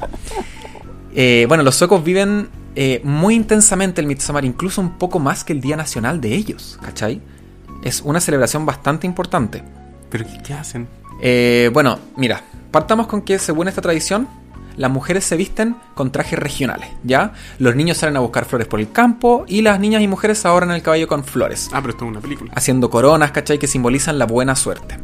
[SPEAKER 1] Eh, bueno, los suecos viven eh, muy intensamente el Midsummer, incluso un poco más que el Día Nacional de ellos, ¿cachai? Es una celebración bastante importante.
[SPEAKER 2] ¿Pero qué, qué hacen?
[SPEAKER 1] Eh, bueno, mira, partamos con que según esta tradición, las mujeres se visten con trajes regionales, ¿ya? Los niños salen a buscar flores por el campo y las niñas y mujeres ahorran el cabello con flores,
[SPEAKER 2] Ah, pero esto es una película.
[SPEAKER 1] haciendo coronas, ¿cachai? Que simbolizan la buena suerte.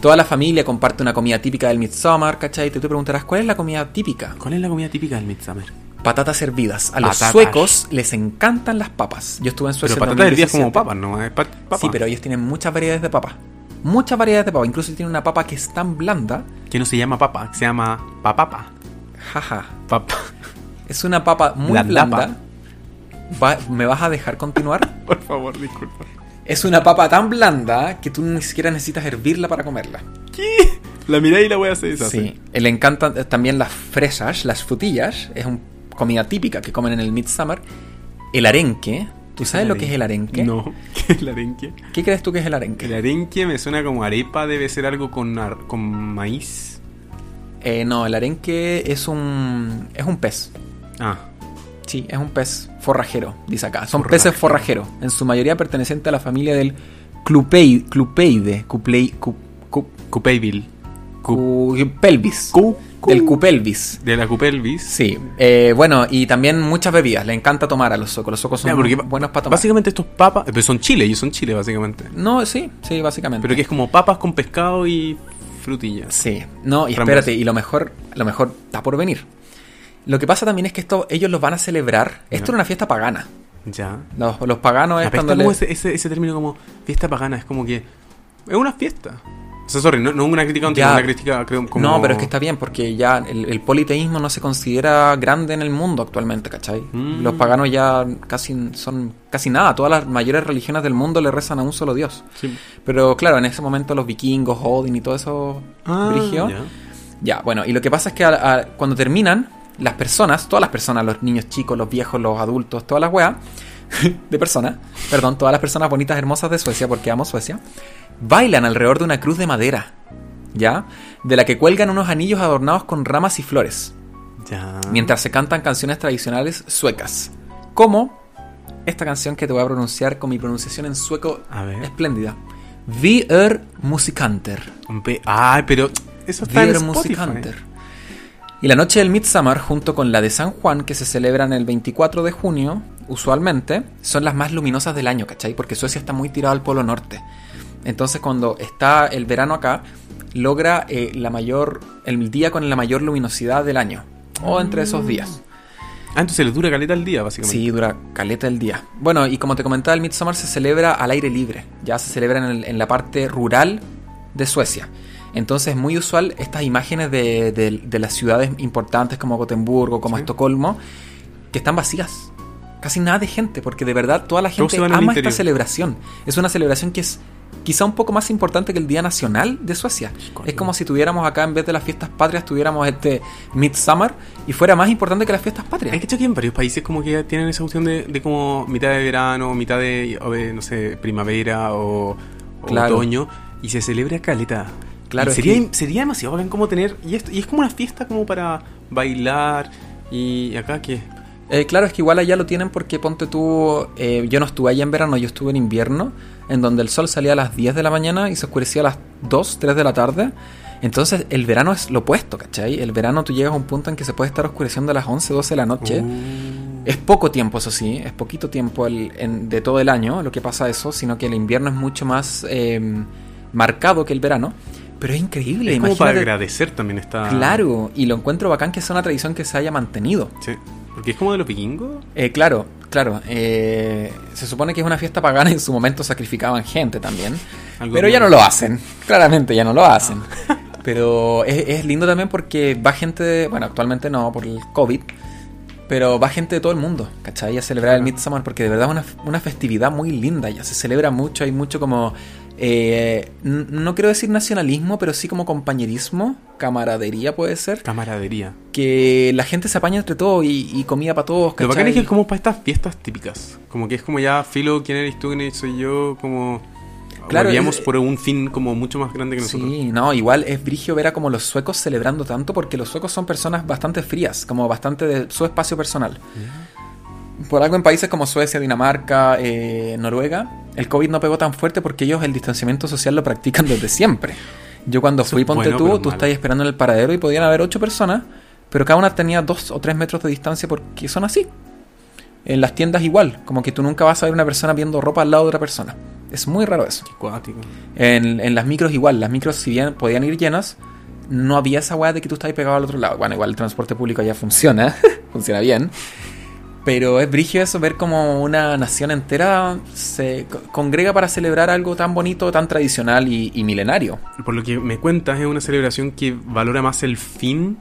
[SPEAKER 1] Toda la familia comparte una comida típica del Midsummer, ¿cachai? Tú te preguntarás, ¿cuál es la comida típica?
[SPEAKER 2] ¿Cuál es la comida típica del Midsummer?
[SPEAKER 1] Patatas hervidas. A los
[SPEAKER 2] Patatas.
[SPEAKER 1] suecos les encantan las papas. Yo estuve en
[SPEAKER 2] Pero
[SPEAKER 1] Suecia en
[SPEAKER 2] patatas hervidas como
[SPEAKER 1] 2017.
[SPEAKER 2] papas, ¿no? Es pat- papa.
[SPEAKER 1] Sí, pero ellos tienen muchas variedades de papas. Muchas variedades de papas. Incluso tienen una papa que es tan blanda
[SPEAKER 2] Que no se llama papa, se llama papapa.
[SPEAKER 1] Jaja.
[SPEAKER 2] Papa. [laughs]
[SPEAKER 1] Es una papa muy
[SPEAKER 2] La
[SPEAKER 1] blanda. Va- ¿Me vas a dejar continuar?
[SPEAKER 2] Por favor, disculpa.
[SPEAKER 1] es una papa tan blanda que tú ni siquiera necesitas hervirla para comerla.
[SPEAKER 2] ¿Qué? La miré y la voy a hacer esa.
[SPEAKER 1] Sí. Eh, Le encantan eh, también las fresas, las frutillas. Es una comida típica que comen en el Midsummer. El arenque. ¿Tú sabes lo que es el arenque?
[SPEAKER 2] No, [laughs] ¿qué es el arenque?
[SPEAKER 1] ¿Qué crees tú que es el
[SPEAKER 2] El
[SPEAKER 1] arenque?
[SPEAKER 2] arenque me suena como arepa, debe ser algo con, ar- con maíz.
[SPEAKER 1] Eh, no, el arenque es un, es un pez.
[SPEAKER 2] Ah,
[SPEAKER 1] Sí, es un pez forrajero, dice acá. Son
[SPEAKER 2] Forrajero.
[SPEAKER 1] peces forrajeros, en su mayoría perteneciente a la familia del clupei- clupeide, cuplei, cu, cu-
[SPEAKER 2] Cupeyville. Cu-
[SPEAKER 1] cu- pelvis,
[SPEAKER 2] cu- cu-
[SPEAKER 1] del cupelvis.
[SPEAKER 2] De la Cupelvis.
[SPEAKER 1] Sí, eh, bueno, y también muchas bebidas, le encanta tomar a los socos, los socos son
[SPEAKER 2] Ya, porque
[SPEAKER 1] bu- buenos para tomar.
[SPEAKER 2] Básicamente estos papas, pero son chile, ellos son chile básicamente.
[SPEAKER 1] No, sí, sí, básicamente.
[SPEAKER 2] Pero que es como papas con pescado y frutillas.
[SPEAKER 1] Sí, no, y
[SPEAKER 2] Ramos.
[SPEAKER 1] espérate, y lo mejor, lo mejor está por venir. Lo que pasa también es que esto, ellos los van a celebrar, esto
[SPEAKER 2] Ya. Ah,
[SPEAKER 1] era una fiesta pagana.
[SPEAKER 2] Ya.
[SPEAKER 1] Los, los paganos es
[SPEAKER 2] Apesta
[SPEAKER 1] cuando
[SPEAKER 2] como
[SPEAKER 1] le-
[SPEAKER 2] ese, ese, ese término como fiesta pagana, es como que es una fiesta. O sea, sorry, no, no una crítica,
[SPEAKER 1] Ya.
[SPEAKER 2] no una crítica creo como...
[SPEAKER 1] No, pero es que está bien, porque ya el, el politeísmo no se considera grande en el mundo actualmente, ¿cachai?
[SPEAKER 2] Mm.
[SPEAKER 1] Los paganos ya casi son casi nada, todas las mayores religiones del mundo le rezan a un solo dios.
[SPEAKER 2] Sí.
[SPEAKER 1] Pero claro, en ese momento los vikingos, Odin y todo eso
[SPEAKER 2] Ah,
[SPEAKER 1] brigio.
[SPEAKER 2] ya.
[SPEAKER 1] Ya, bueno, y lo que pasa es que a- a- cuando terminan, las personas, todas las personas, los niños chicos, los viejos, los adultos, todas [laughs] las weas de personas, perdón, todas las personas bonitas, hermosas de Suecia, porque amo Suecia, bailan alrededor de una cruz de madera, ¿ya? De la que cuelgan unos anillos adornados con ramas y flores,
[SPEAKER 2] Ya.
[SPEAKER 1] mientras se cantan canciones tradicionales suecas, como esta canción que te voy a pronunciar con mi pronunciación en sueco
[SPEAKER 2] A ver.
[SPEAKER 1] espléndida. Vi er musikanter.
[SPEAKER 2] Ve- Ay, pero eso está en
[SPEAKER 1] Dear
[SPEAKER 2] Spotify.
[SPEAKER 1] Music Hunter. Y la noche del Midsummer, junto con la de San Juan, que se celebran el 24 de junio, usualmente, son las más luminosas del año, ¿cachai? Porque Suecia está muy tirado al polo norte. Entonces, cuando está el verano acá, logra eh, la mayor, el día con la mayor luminosidad del año. O entre
[SPEAKER 2] Mm.
[SPEAKER 1] esos días.
[SPEAKER 2] Ah, entonces le dura caleta al día, básicamente.
[SPEAKER 1] Sí, dura caleta el día. Bueno, y como te comentaba, el Midsummer se celebra al aire libre. Ya se celebra en, el- en la parte rural de Suecia. Entonces es muy usual estas imágenes de, de- de las ciudades importantes como Gotemburgo, como
[SPEAKER 2] Sí.
[SPEAKER 1] Estocolmo, que están vacías. Casi nada de gente, porque de verdad toda la
[SPEAKER 2] Todos
[SPEAKER 1] gente
[SPEAKER 2] se van al
[SPEAKER 1] ama esta
[SPEAKER 2] interior.
[SPEAKER 1] celebración. Es una celebración que es quizá un poco más importante que el Día Nacional de Suecia.
[SPEAKER 2] Híjole.
[SPEAKER 1] Es como si tuviéramos acá, en vez de las fiestas patrias, tuviéramos este Midsummer y fuera más importante que las fiestas patrias.
[SPEAKER 2] Hay que que en varios países como que tienen esa opción de, de como mitad de verano, mitad de, o de, no sé, primavera o, o
[SPEAKER 1] Claro.
[SPEAKER 2] otoño y se celebra caleta.
[SPEAKER 1] Claro,
[SPEAKER 2] Y
[SPEAKER 1] es
[SPEAKER 2] sería,
[SPEAKER 1] que-
[SPEAKER 2] sería demasiado bacán como tener y esto y es como una fiesta como para bailar y acá que
[SPEAKER 1] Eh, claro, es que igual allá lo tienen porque ponte tú, eh, yo no estuve allá en verano, yo estuve en invierno, en donde el sol salía a las 10 de la mañana y se oscurecía a las 2, 3 de la tarde. Entonces el verano es lo opuesto, ¿cachai? El verano tú llegas a un punto en que se puede estar oscureciendo a las 11, 12 de la noche.
[SPEAKER 2] Uh.
[SPEAKER 1] Es poco tiempo, eso sí, es poquito tiempo el- en- de todo el año lo que pasa eso, sino que el invierno es mucho más eh, marcado que el verano. Pero es increíble,
[SPEAKER 2] es como para
[SPEAKER 1] Eh, imagínate-
[SPEAKER 2] agradecer también esta
[SPEAKER 1] Claro, y lo encuentro bacán que sea una tradición que se haya mantenido.
[SPEAKER 2] Sí, porque es como de los vikingos.
[SPEAKER 1] Eh, claro, claro. eh, se supone que es una fiesta pagana y en su momento sacrificaban gente también.
[SPEAKER 2] Algo
[SPEAKER 1] pero ya no
[SPEAKER 2] como-
[SPEAKER 1] lo hacen. Claramente ya no lo hacen. Pero es, es lindo también porque va gente, de- bueno, actualmente no por el COVID, pero va gente de todo el mundo, ¿cachai? A celebrar el
[SPEAKER 2] Claro.
[SPEAKER 1] Midsummer porque de verdad es una, una festividad muy linda. Ya se celebra mucho, hay mucho como... eh, n- no quiero decir nacionalismo, pero sí como compañerismo, camaradería puede ser,
[SPEAKER 2] Camaradería.
[SPEAKER 1] que la gente se apaña entre todo y, y comida para todos.
[SPEAKER 2] Lo bacán es que
[SPEAKER 1] ¿cachai?
[SPEAKER 2] es como para estas fiestas típicas. Como que es como ya, Filo, ¿quién eres tú? ¿Quién eres- soy yo? Como...
[SPEAKER 1] Claro,
[SPEAKER 2] Volvíamos
[SPEAKER 1] es-
[SPEAKER 2] por un fin como mucho más grande que nosotros.
[SPEAKER 1] Sí, no, igual es brigio ver a como los suecos celebrando tanto porque los suecos son personas bastante frías, como bastante de su espacio personal. Por algo en países como Suecia, Dinamarca, eh, Noruega, el COVID no pegó tan fuerte porque ellos el distanciamiento social lo practican desde siempre. Yo cuando
[SPEAKER 2] Eso
[SPEAKER 1] fui,
[SPEAKER 2] es
[SPEAKER 1] ponte
[SPEAKER 2] bueno,
[SPEAKER 1] tú,
[SPEAKER 2] pero
[SPEAKER 1] tú
[SPEAKER 2] malo.
[SPEAKER 1] estás esperando en el paradero y podían haber ocho personas, pero cada una tenía dos o tres metros de distancia porque son así. En las tiendas igual, como que tú nunca vas a ver una persona viendo ropa al lado de otra persona. Es muy raro eso.
[SPEAKER 2] Cuático.
[SPEAKER 1] En, en las micros igual, las micros si bien podían ir llenas, no había esa weá de que tú estabas pegado al otro lado. Bueno, igual el transporte público ya funciona, [laughs] funciona bien. Pero es brígido eso, ver como una nación entera se co- congrega para celebrar algo tan bonito, tan tradicional y, y milenario.
[SPEAKER 2] Por lo que me cuentas, es una celebración que valora más el fin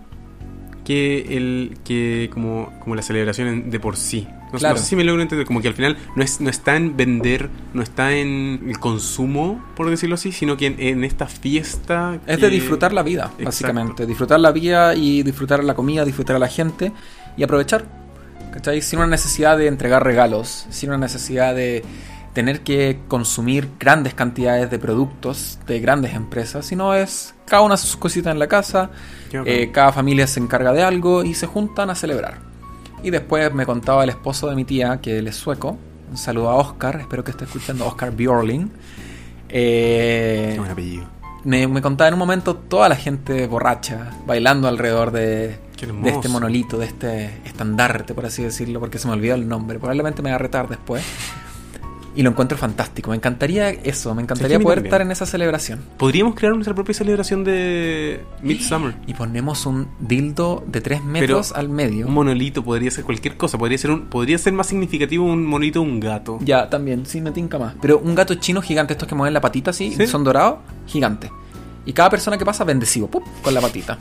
[SPEAKER 2] que el que como, como la celebración en- de por sí. No, sé-
[SPEAKER 1] Claro.
[SPEAKER 2] no sé si me logro entender, como que al final no, es, no está en vender, no está en el consumo, por decirlo así, sino que en, en esta fiesta...
[SPEAKER 1] Es de
[SPEAKER 2] que-
[SPEAKER 1] disfrutar la vida,
[SPEAKER 2] Exacto.
[SPEAKER 1] básicamente. Disfrutar la vida y disfrutar la comida, disfrutar a la gente y aprovechar. ¿Cachai? Sin una necesidad de entregar regalos, sin una necesidad de tener que consumir grandes cantidades de productos de grandes empresas, sino es cada una sus cositas en la casa,
[SPEAKER 2] Qué bacán.
[SPEAKER 1] eh, cada familia se encarga de algo y se juntan a celebrar. Y después me contaba el esposo de mi tía, que él es sueco. Un saludo a Oscar, espero que esté escuchando Oscar Björling. Eh,
[SPEAKER 2] Qué buen apellido.
[SPEAKER 1] me, me contaba en un momento toda la gente borracha, bailando alrededor de,
[SPEAKER 2] Qué
[SPEAKER 1] de
[SPEAKER 2] hermoso.
[SPEAKER 1] este monolito, de este estandarte, por así decirlo, porque se me olvidó el nombre. Probablemente me va a retar después. Y lo encuentro fantástico. Me encantaría eso, me encantaría
[SPEAKER 2] a mí
[SPEAKER 1] poder
[SPEAKER 2] también.
[SPEAKER 1] estar en esa celebración.
[SPEAKER 2] Podríamos crear nuestra propia celebración de Midsummer.
[SPEAKER 1] Y ponemos un dildo de 3 metros al medio.
[SPEAKER 2] Un monolito podría ser cualquier cosa, podría ser un, podría ser más significativo un monolito de un gato.
[SPEAKER 1] Ya, también, sí, me tinca más. Pero un gato chino gigante, estos que mueven la patita así,
[SPEAKER 2] Sí.
[SPEAKER 1] son dorados, gigante. Y cada persona que pasa, bendecido, ¡pup! con la patita.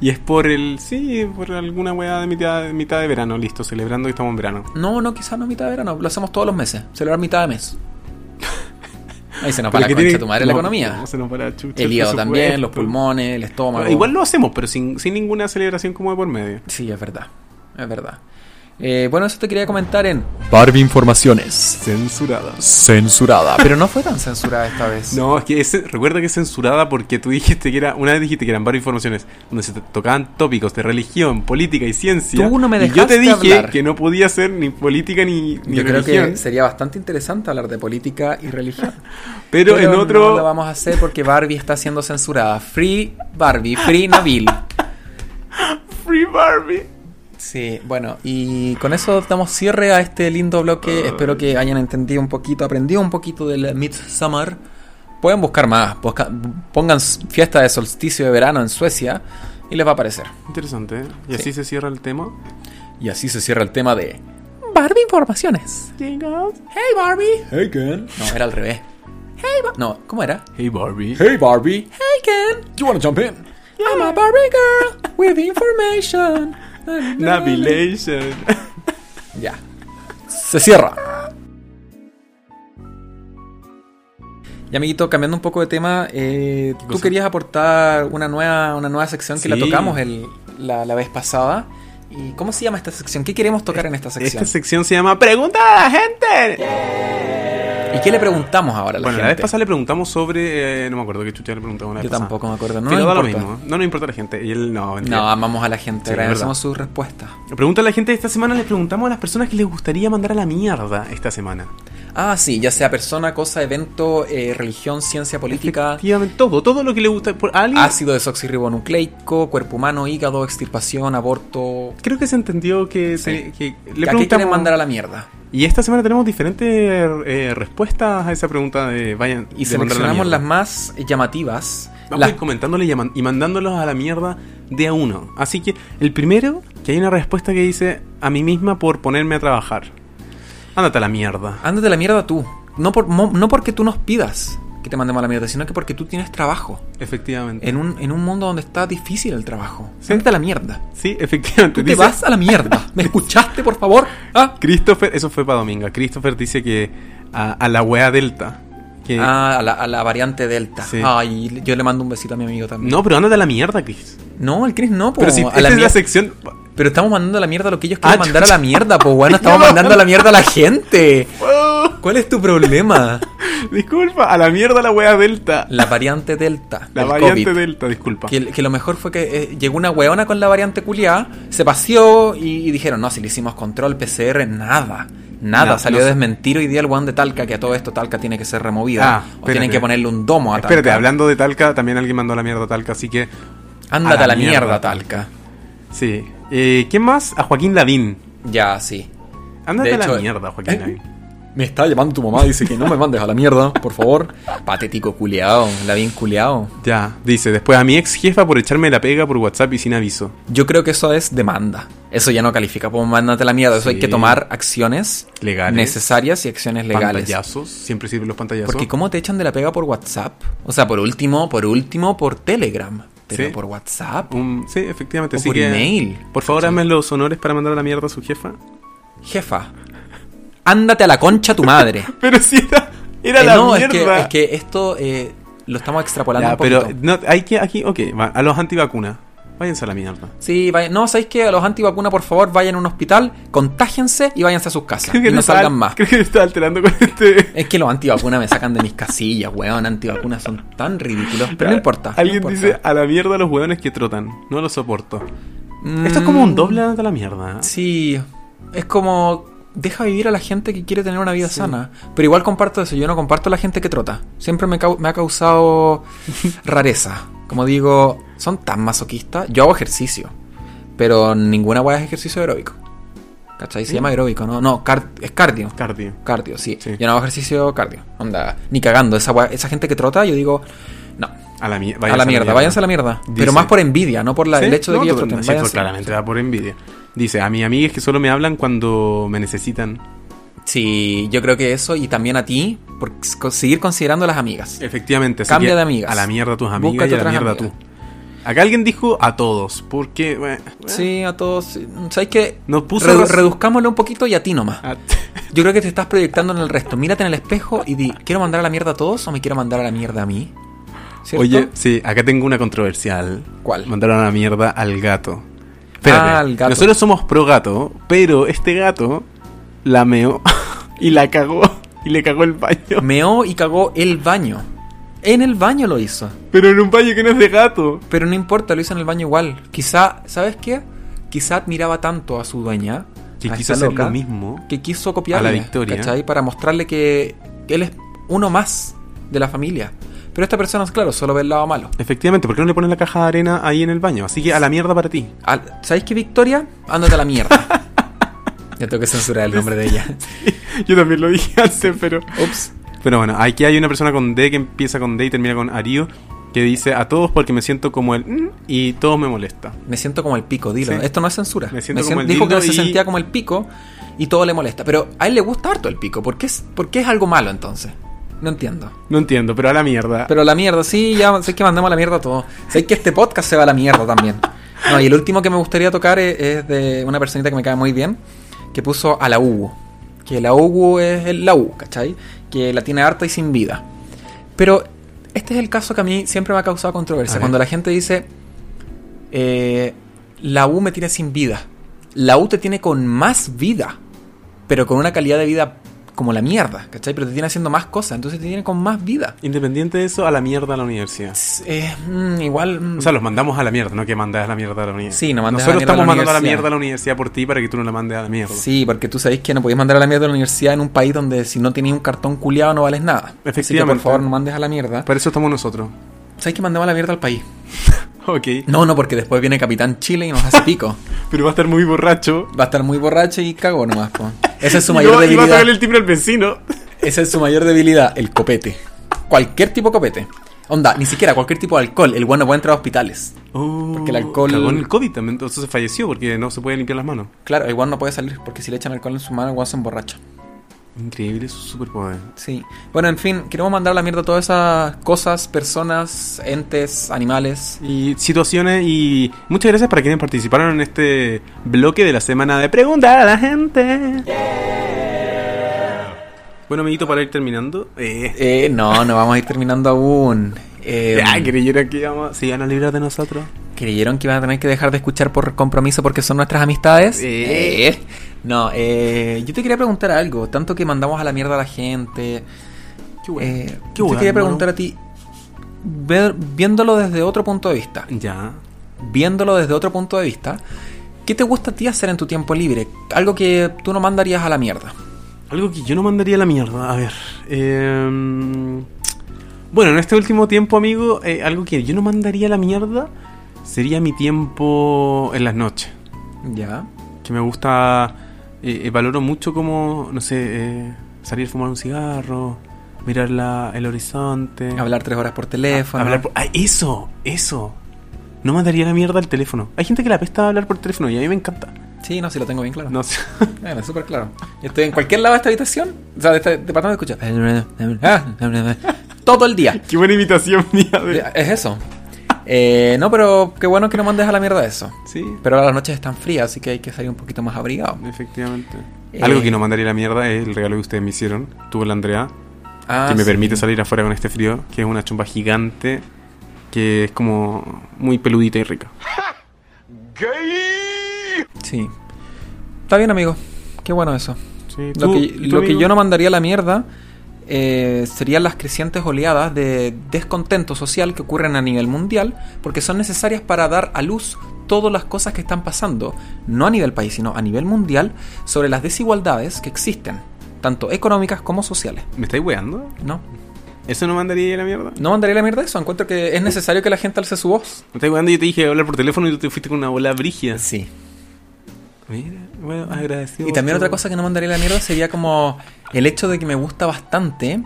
[SPEAKER 2] Y es por el, sí, por alguna weá de mitad, mitad de verano, listo, celebrando que estamos en verano.
[SPEAKER 1] No, no, quizás no mitad de verano. Lo hacemos todos los meses. Celebrar mitad de mes. Ahí
[SPEAKER 2] [laughs]
[SPEAKER 1] se nos va la
[SPEAKER 2] Porque
[SPEAKER 1] concha
[SPEAKER 2] tiene-
[SPEAKER 1] tu madre
[SPEAKER 2] no,
[SPEAKER 1] la economía.
[SPEAKER 2] no, se nos va la chucha,
[SPEAKER 1] El hígado
[SPEAKER 2] presupuesto.
[SPEAKER 1] también, los pulmones, el estómago.
[SPEAKER 2] Igual lo hacemos, pero sin, sin ninguna celebración como de por medio.
[SPEAKER 1] Sí, es verdad. Es verdad. Eh, bueno, eso te quería comentar en Barbie Informaciones.
[SPEAKER 2] Censuradas.
[SPEAKER 1] Censurada. [laughs] Pero no fue tan censurada esta vez.
[SPEAKER 2] No, es que es- recuerda que es censurada porque tú dijiste que era, una vez dijiste que eran varias informaciones donde se to- tocaban tópicos de religión, política y ciencia.
[SPEAKER 1] Tú no me
[SPEAKER 2] y yo te
[SPEAKER 1] dejaste
[SPEAKER 2] dije
[SPEAKER 1] hablar.
[SPEAKER 2] que no podía ser ni política ni, ni
[SPEAKER 1] Yo creo
[SPEAKER 2] religión.
[SPEAKER 1] que sería bastante interesante hablar de política y religión.
[SPEAKER 2] [laughs] pero, en otro.
[SPEAKER 1] No lo vamos a hacer porque Barbie está siendo censurada. Free Barbie, Free Nabil.
[SPEAKER 2] [laughs] Free Barbie.
[SPEAKER 1] Sí, bueno, y con eso damos cierre a este lindo bloque. Espero que hayan entendido un poquito, aprendido un poquito del Midsummer. Pueden buscar más, busca- pongan s- fiesta de solsticio de verano en Suecia y les va a aparecer.
[SPEAKER 2] Interesante. ¿eh? Y
[SPEAKER 1] Sí.
[SPEAKER 2] así se cierra el tema.
[SPEAKER 1] Y así se cierra el tema de Barbie Informaciones. Hey Barbie. Hey Ken. No, era al revés. Hey Barbie. No, ¿cómo era?
[SPEAKER 2] Hey Barbie.
[SPEAKER 1] Hey Barbie. Hey Ken. You wanna jump in? I'm a Barbie girl with [laughs] information.
[SPEAKER 2] Navilation.
[SPEAKER 1] Ya. Se cierra. Y amiguito, cambiando un poco de tema, eh, tú
[SPEAKER 2] cosa?
[SPEAKER 1] querías aportar una nueva, una nueva sección que la
[SPEAKER 2] Sí.
[SPEAKER 1] tocamos el- la, la vez pasada. ¿Y cómo se llama esta sección? ¿Qué queremos tocar en esta sección?
[SPEAKER 2] Esta sección Este se llama Pregunta a la gente.
[SPEAKER 1] ¿Y qué le preguntamos ahora a la
[SPEAKER 2] bueno, la
[SPEAKER 1] gente?
[SPEAKER 2] vez pasada le preguntamos sobre. eh, no me acuerdo qué chucha le preguntamos la vez
[SPEAKER 1] Yo
[SPEAKER 2] pasada.
[SPEAKER 1] tampoco me acuerdo. No,
[SPEAKER 2] Pero
[SPEAKER 1] nos
[SPEAKER 2] da lo
[SPEAKER 1] importa.
[SPEAKER 2] mismo. No nos importa la gente. Y él no, mentira.
[SPEAKER 1] No, amamos a la gente,
[SPEAKER 2] Sí,
[SPEAKER 1] agradecemos sus respuestas.
[SPEAKER 2] Pregunta a la gente esta semana, les preguntamos a las personas que les gustaría mandar a la mierda esta semana.
[SPEAKER 1] Ah, sí, ya sea persona, cosa, evento, eh, religión, ciencia, política,
[SPEAKER 2] Efectivamente, todo, todo lo que le gusta. Por, a alguien,
[SPEAKER 1] ácido desoxirribonucleico, cuerpo humano, hígado, extirpación, aborto.
[SPEAKER 2] Creo que se entendió que, se-
[SPEAKER 1] Sí.
[SPEAKER 2] que le
[SPEAKER 1] ¿A qué quieren
[SPEAKER 2] preguntamos.
[SPEAKER 1] mandar a la mierda?
[SPEAKER 2] Y esta semana tenemos diferentes eh, respuestas a esa pregunta de vayan
[SPEAKER 1] Y
[SPEAKER 2] de mandar a la
[SPEAKER 1] seleccionamos
[SPEAKER 2] mierda.
[SPEAKER 1] las más llamativas.
[SPEAKER 2] Vamos
[SPEAKER 1] las-
[SPEAKER 2] a ir comentándole y, llaman- y mandándolos a la mierda de a uno. Así que el primero, que hay una respuesta que dice a mí misma por ponerme a trabajar. Ándate a la mierda.
[SPEAKER 1] Ándate a la mierda tú. No, por, mo- no porque tú nos pidas que te mandemos a la mierda, sino que porque tú tienes trabajo.
[SPEAKER 2] Efectivamente.
[SPEAKER 1] En un, en un mundo donde está difícil el trabajo.
[SPEAKER 2] Sí.
[SPEAKER 1] Ándate a la mierda.
[SPEAKER 2] Sí, efectivamente.
[SPEAKER 1] Tú te
[SPEAKER 2] dice-
[SPEAKER 1] vas a la
[SPEAKER 2] [laughs]
[SPEAKER 1] mierda. ¿Me escuchaste, por favor? ¿Ah?
[SPEAKER 2] Christopher, eso fue para Dominga. Christopher dice que a, a la wea Delta. Que,
[SPEAKER 1] Ah, a la, a la variante Delta.
[SPEAKER 2] Sí.
[SPEAKER 1] Ay, yo le mando un besito a mi amigo también.
[SPEAKER 2] No, pero ándate a la mierda, Chris.
[SPEAKER 1] No, el Chris no, po.
[SPEAKER 2] Pero si
[SPEAKER 1] a
[SPEAKER 2] esta
[SPEAKER 1] la
[SPEAKER 2] es la
[SPEAKER 1] mier-
[SPEAKER 2] sección.
[SPEAKER 1] Pero estamos mandando a la mierda lo que ellos
[SPEAKER 2] Ah,
[SPEAKER 1] quieren mandar a la mierda, po, [laughs] bueno,
[SPEAKER 2] Ya
[SPEAKER 1] estamos
[SPEAKER 2] va.
[SPEAKER 1] mandando a la mierda a la gente.
[SPEAKER 2] Oh,
[SPEAKER 1] ¿Cuál es tu problema?
[SPEAKER 2] disculpa, a la mierda la wea Delta. La,
[SPEAKER 1] La variante Delta. del
[SPEAKER 2] variante
[SPEAKER 1] COVID.
[SPEAKER 2] Delta, disculpa.
[SPEAKER 1] Que, que lo mejor fue que eh, llegó una weona con la variante culiá, se paseó y, y dijeron, no, si le hicimos control PCR, nada. Nada,
[SPEAKER 2] No,
[SPEAKER 1] salió
[SPEAKER 2] no
[SPEAKER 1] a
[SPEAKER 2] sé.
[SPEAKER 1] desmentir hoy día el weón de Talca, que a todo esto Talca tiene que ser removida.
[SPEAKER 2] Ah,
[SPEAKER 1] o tienen
[SPEAKER 2] espérate.
[SPEAKER 1] que ponerle un domo a Talca.
[SPEAKER 2] Espérate, hablando de Talca, también alguien mandó a la mierda a Talca, así que.
[SPEAKER 1] Ándate a la, mierda,
[SPEAKER 2] mierda,
[SPEAKER 1] Talca.
[SPEAKER 2] Sí. Eh, ¿Quién más? A Joaquín Lavín.
[SPEAKER 1] Ya, sí.
[SPEAKER 2] Ándate
[SPEAKER 1] De
[SPEAKER 2] a la
[SPEAKER 1] hecho,
[SPEAKER 2] mierda, Joaquín
[SPEAKER 1] ¿eh?
[SPEAKER 2] Lavín.
[SPEAKER 1] Me está llamando tu mamá, dice que no me mandes a la mierda, por favor. Patético culeado, la bien culeado.
[SPEAKER 2] Ya, dice, después a mi ex jefa por echarme la pega por WhatsApp y sin aviso.
[SPEAKER 1] Yo creo que eso es demanda. Eso ya no califica como mándate la mierda. Eso hay
[SPEAKER 2] Sí.
[SPEAKER 1] que tomar acciones
[SPEAKER 2] Legales.
[SPEAKER 1] necesarias y acciones legales.
[SPEAKER 2] Pantallazos, siempre sirven los pantallazos.
[SPEAKER 1] Porque cómo te echan de la pega por WhatsApp. O sea, por último, por último, por Telegram. Pero
[SPEAKER 2] Sí.
[SPEAKER 1] por WhatsApp.
[SPEAKER 2] Un- sí, efectivamente.
[SPEAKER 1] O
[SPEAKER 2] así
[SPEAKER 1] por
[SPEAKER 2] que,
[SPEAKER 1] email.
[SPEAKER 2] Por favor, hazme los honores para mandar a la mierda a su
[SPEAKER 1] [laughs]
[SPEAKER 2] jefa.
[SPEAKER 1] Jefa, ándate a la concha tu
[SPEAKER 2] [laughs]
[SPEAKER 1] madre.
[SPEAKER 2] Pero si era, era
[SPEAKER 1] Eh,
[SPEAKER 2] la
[SPEAKER 1] no, es que,
[SPEAKER 2] mierda.
[SPEAKER 1] es que esto eh, lo estamos extrapolando
[SPEAKER 2] Ya,
[SPEAKER 1] un poquito.
[SPEAKER 2] pero no, hay que aquí, ok, va, a los antivacunas. Váyanse a la [laughs] mierda.
[SPEAKER 1] Sí, vaya- no, ¿sabéis que los antivacunas, por favor, vayan a un hospital, contájense y váyanse a sus casas. Y
[SPEAKER 2] te
[SPEAKER 1] no
[SPEAKER 2] estaba-
[SPEAKER 1] salgan más.
[SPEAKER 2] Creo que te está alterando con este.
[SPEAKER 1] Es que los antivacunas me sacan de mis casillas, weón. Antivacunas son tan ridículos. Pero no importa. no
[SPEAKER 2] Ah, Alguien
[SPEAKER 1] importa.
[SPEAKER 2] dice a la mierda a los hueones que trotan. No lo soporto.
[SPEAKER 1] Mm,
[SPEAKER 2] Esto es como un doble de la mierda. ¿eh?
[SPEAKER 1] Sí. Es como. Deja vivir a la gente que quiere tener una vida sana. Pero igual comparto eso. Yo no comparto a la gente que trota. Siempre me, cau- me ha
[SPEAKER 2] [laughs]
[SPEAKER 1] causado rareza. Como digo, son tan masoquistas. Yo hago ejercicio. Pero ninguna weá es ejercicio aeróbico. ¿Cachai? Se llama aeróbico, ¿no? No, car- es cardio.
[SPEAKER 2] Cardio.
[SPEAKER 1] Cardio, sí.
[SPEAKER 2] Sí.
[SPEAKER 1] Yo no hago ejercicio cardio. Onda, ni cagando. Esa, gua- esa gente que trota, yo digo, no.
[SPEAKER 2] A la, mier-
[SPEAKER 1] a la mierda, váyanse a la mierda.
[SPEAKER 2] Dice-
[SPEAKER 1] Pero más por envidia, no por la-
[SPEAKER 2] ¿Sí?
[SPEAKER 1] el hecho de
[SPEAKER 2] No,
[SPEAKER 1] que ellos
[SPEAKER 2] total-
[SPEAKER 1] troten.
[SPEAKER 2] sí,
[SPEAKER 1] Váyanse.
[SPEAKER 2] claramente va por envidia. Dice, a mis amigues que solo me hablan cuando me necesitan.
[SPEAKER 1] Sí, yo creo que eso, y también a ti, por c- seguir considerando a las amigas.
[SPEAKER 2] Eh, Efectivamente. así
[SPEAKER 1] Cambia
[SPEAKER 2] que
[SPEAKER 1] de amigas.
[SPEAKER 2] A la mierda tus amigas
[SPEAKER 1] Búscate
[SPEAKER 2] y a la
[SPEAKER 1] otras
[SPEAKER 2] mierda
[SPEAKER 1] amigas.
[SPEAKER 2] tú. Acá alguien dijo a todos, porque... bueno,
[SPEAKER 1] Sí, a todos. sí. ¿Sabes qué?
[SPEAKER 2] No puso Ah.
[SPEAKER 1] Redu-
[SPEAKER 2] raz-
[SPEAKER 1] reduzcámoslo un poquito y a ti nomás.
[SPEAKER 2] [laughs] a-
[SPEAKER 1] Yo creo que te estás proyectando en el resto. Mírate en el espejo y di, ¿quiero mandar a la mierda a todos o me quiero mandar a la mierda a mí? ¿Cierto?
[SPEAKER 2] Oye, sí, acá tengo una controversial.
[SPEAKER 1] ¿Cuál?
[SPEAKER 2] Mandaron a la mierda al gato. Espérate.
[SPEAKER 1] Ah, el gato.
[SPEAKER 2] Nosotros somos pro gato, pero este gato la meó [laughs] y la cagó. Y le cagó el baño.
[SPEAKER 1] Meó y cagó el baño. En el baño lo hizo.
[SPEAKER 2] Pero en un baño que no es de gato.
[SPEAKER 1] Pero no importa, lo hizo en el baño igual. Quizá, ¿sabes qué? Quizá admiraba tanto a su dueña.
[SPEAKER 2] Que
[SPEAKER 1] a
[SPEAKER 2] quiso
[SPEAKER 1] esta
[SPEAKER 2] hacer
[SPEAKER 1] loca,
[SPEAKER 2] lo mismo.
[SPEAKER 1] Que quiso copiarla.
[SPEAKER 2] a la Victoria.
[SPEAKER 1] ¿cachai? Para mostrarle que él es uno más de la familia. Pero esta persona, claro, solo ve el lado malo.
[SPEAKER 2] Efectivamente, ¿por qué no le ponen la caja de arena ahí en el baño? Así que a la mierda para ti.
[SPEAKER 1] Al- ¿Sabéis qué, Victoria? Ándate a la
[SPEAKER 2] [laughs]
[SPEAKER 1] mierda. ya tengo que censurar el nombre de ella.
[SPEAKER 2] Yo también lo
[SPEAKER 1] [laughs]
[SPEAKER 2] dije antes, pero.
[SPEAKER 1] Ups.
[SPEAKER 2] Pero bueno, aquí hay una persona con D que empieza con D y termina con Ario. Que dice a todos porque me siento como el. mm, y todo me molesta.
[SPEAKER 1] Me siento como el pico, dilo.
[SPEAKER 2] Sí.
[SPEAKER 1] Esto no es censura.
[SPEAKER 2] Me siento como
[SPEAKER 1] sien-
[SPEAKER 2] el
[SPEAKER 1] dijo que
[SPEAKER 2] dildo
[SPEAKER 1] se
[SPEAKER 2] y-
[SPEAKER 1] sentía como el pico y todo le molesta. Pero a él le gusta harto el pico. ¿Por qué es, por qué es algo malo entonces? No entiendo.
[SPEAKER 2] No entiendo, pero a la mierda.
[SPEAKER 1] Pero la mierda, sí, ya sé que mandamos a la mierda todo. Sé que este podcast se va a la mierda también. No, y el último que me gustaría tocar es, es de una personita que me cae muy bien, que puso a la UGU. Que la UGU es el, la U, ¿cachai? Que la tiene harta y sin vida. Pero este es el caso que a mí siempre me ha causado
[SPEAKER 2] A
[SPEAKER 1] controversia.
[SPEAKER 2] ver.
[SPEAKER 1] Cuando la gente dice, eh, la U me tiene sin vida. La U te tiene con más vida, pero con una calidad de vida como la mierda, ¿cachai? Pero te tiene haciendo más cosas, entonces te tiene con más vida.
[SPEAKER 2] Independiente de eso, a la mierda a la universidad.
[SPEAKER 1] Eh, mm, igual. mm,
[SPEAKER 2] O sea, los mandamos a la mierda, no que mandas a la mierda a la universidad.
[SPEAKER 1] Sí, no mandas a la
[SPEAKER 2] Nosotros
[SPEAKER 1] mierda a la
[SPEAKER 2] estamos mandando a la
[SPEAKER 1] universidad.
[SPEAKER 2] mierda a la universidad por ti para que tú no la mandes a la mierda.
[SPEAKER 1] sí, porque tú sabés que no podías mandar a la mierda a la universidad en un país donde si no tenías un cartón culiado no vales nada. Así que por
[SPEAKER 2] Efectivamente.
[SPEAKER 1] favor no mandes a la mierda.
[SPEAKER 2] Para eso estamos nosotros. [laughs]
[SPEAKER 1] ¿Sabes que mandamos a la mierda al país?
[SPEAKER 2] Ok.
[SPEAKER 1] No, no, porque después viene Capitán Chile y nos hace pico.
[SPEAKER 2] Pero va a estar muy borracho.
[SPEAKER 1] Va a estar muy borracho y cagó nomás, po. Esa es su
[SPEAKER 2] [laughs] Y
[SPEAKER 1] mayor
[SPEAKER 2] no- y va a
[SPEAKER 1] debilidad.
[SPEAKER 2] tocarle el timbre al vecino.
[SPEAKER 1] Esa es su mayor debilidad, el copete. Cualquier tipo de copete. Onda, ni siquiera cualquier tipo de alcohol. El bueno puede entrar a hospitales. [laughs] Porque el alcohol-
[SPEAKER 2] Oh, Cagó en el COVID también. Entonces se falleció porque no se puede limpiar las manos.
[SPEAKER 1] Claro, el guan no puede salir porque si le echan alcohol en su mano, el guan se emborracha.
[SPEAKER 2] Increíble su superpoder.
[SPEAKER 1] Sí. Bueno, en fin, queremos mandar a la mierda todas esas cosas, personas, entes, animales.
[SPEAKER 2] Y situaciones y muchas gracias para quienes participaron en este bloque de la semana de Pregunta a la gente. Bueno, amiguito, para ir terminando. Eh,
[SPEAKER 1] Eh, no, no vamos a ir terminando aún. Eh,
[SPEAKER 2] ya creyeron que íbamos, se iban a librar de nosotros.
[SPEAKER 1] ¿Creyeron que iban a tener que dejar de escuchar por compromiso porque son nuestras amistades?
[SPEAKER 2] Eh.
[SPEAKER 1] Eh. No, eh, yo te quería preguntar algo. Tanto que mandamos a la mierda a la gente.
[SPEAKER 2] Qué
[SPEAKER 1] Eh, yo te quería preguntar a ti, ver- viéndolo desde otro punto de vista,
[SPEAKER 2] Ya.
[SPEAKER 1] viéndolo desde otro punto de vista, ¿qué te gusta a ti hacer en tu tiempo libre? Algo que tú no mandarías a la mierda.
[SPEAKER 2] Algo que yo no mandaría a la mierda. A ver. eh, bueno, en este último tiempo, amigo, eh, algo que yo no mandaría a la mierda sería mi tiempo en las noches.
[SPEAKER 1] Ya.
[SPEAKER 2] que me gusta, eh, eh, valoro mucho como, no sé, eh, salir a fumar un cigarro, mirar la- el horizonte.
[SPEAKER 1] Hablar tres horas por
[SPEAKER 2] a-
[SPEAKER 1] teléfono.
[SPEAKER 2] hablar por- ah, eso, eso. No mandaría la mierda al teléfono. Hay gente que la apesta hablar por teléfono y a mí me encanta.
[SPEAKER 1] Sí, no, sí, lo tengo bien claro.
[SPEAKER 2] No sé. [laughs]
[SPEAKER 1] Bueno, súper claro. Yo estoy en cualquier lado de esta habitación. O sea, de este departamento escucha. Todo el día.
[SPEAKER 2] Qué buena imitación mía. de-
[SPEAKER 1] Es eso. Eh, no, pero qué bueno que no mandes a la mierda eso.
[SPEAKER 2] Sí,
[SPEAKER 1] Pero ahora las noches están frías, así que hay que salir un poquito más abrigado.
[SPEAKER 2] efectivamente.
[SPEAKER 1] Eh.
[SPEAKER 2] Algo que no mandaría a la mierda es el regalo que ustedes me hicieron. Tuvo la Andrea.
[SPEAKER 1] Ah,
[SPEAKER 2] que me
[SPEAKER 1] sí.
[SPEAKER 2] permite salir afuera con este frío, que es una chumba gigante, que es como muy peludita y rica.
[SPEAKER 1] Sí. Está bien, amigo. Qué bueno eso.
[SPEAKER 2] Sí,
[SPEAKER 1] Lo,
[SPEAKER 2] tú-
[SPEAKER 1] que,
[SPEAKER 2] tú,
[SPEAKER 1] lo que
[SPEAKER 2] amigo.
[SPEAKER 1] yo no mandaría a la mierda eh, serían las crecientes oleadas de descontento social que ocurren a nivel mundial, porque son necesarias para dar a luz todas las cosas que están pasando, no a nivel país, sino a nivel mundial, sobre las desigualdades que existen, tanto económicas como sociales.
[SPEAKER 2] ¿Me estáis weando?
[SPEAKER 1] No,
[SPEAKER 2] ¿Eso no mandaría a la mierda?
[SPEAKER 1] no mandaría a la mierda eso. Encuentro que es necesario que la gente alce su voz.
[SPEAKER 2] Me estáis weando, yo te dije hablar por teléfono y tú te fuiste con una bola brígida.
[SPEAKER 1] Sí.
[SPEAKER 2] Mira, bueno, agradecido.
[SPEAKER 1] Y también otra cosa que no mandaría a la mierda sería como el hecho de que me gusta bastante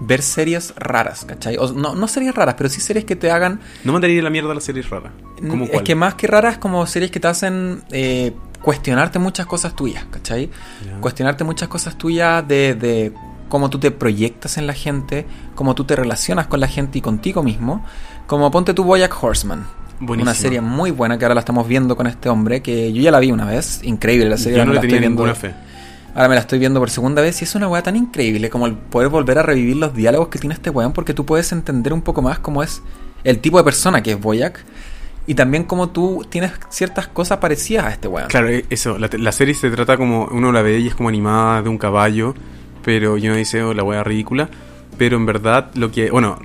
[SPEAKER 1] ver series raras, ¿cachai? O no, no series raras, pero sí series que te hagan mm,
[SPEAKER 2] No mandaría a la mierda a la serie rara. ¿Cómo
[SPEAKER 1] es
[SPEAKER 2] cuál?
[SPEAKER 1] que más que raras como series que te hacen eh, cuestionarte muchas cosas tuyas, ¿cachai?
[SPEAKER 2] Ya.
[SPEAKER 1] Cuestionarte muchas cosas tuyas de, de cómo tú te proyectas en la gente, cómo tú te relacionas con la gente y contigo mismo. Como ponte tu Boyack Horseman.
[SPEAKER 2] Buenísimo.
[SPEAKER 1] Una serie muy buena que ahora la estamos viendo con este hombre, que yo ya la vi una vez, increíble la serie.
[SPEAKER 2] Yo
[SPEAKER 1] ahora
[SPEAKER 2] no
[SPEAKER 1] me
[SPEAKER 2] le
[SPEAKER 1] la
[SPEAKER 2] tenía
[SPEAKER 1] estoy viendo-
[SPEAKER 2] ninguna fe.
[SPEAKER 1] Ahora me la estoy viendo por segunda vez y es una weá tan increíble como el poder volver a revivir los diálogos que tiene este weón porque tú puedes entender un poco más cómo es el tipo de persona que es Boyac Y también como tú tienes ciertas cosas parecidas a este weón.
[SPEAKER 2] Claro, e- eso, la, te- la serie se trata como, uno la ve y es como animada de un caballo, pero yo no dice, oh, la wea ridícula, pero en verdad lo que, bueno,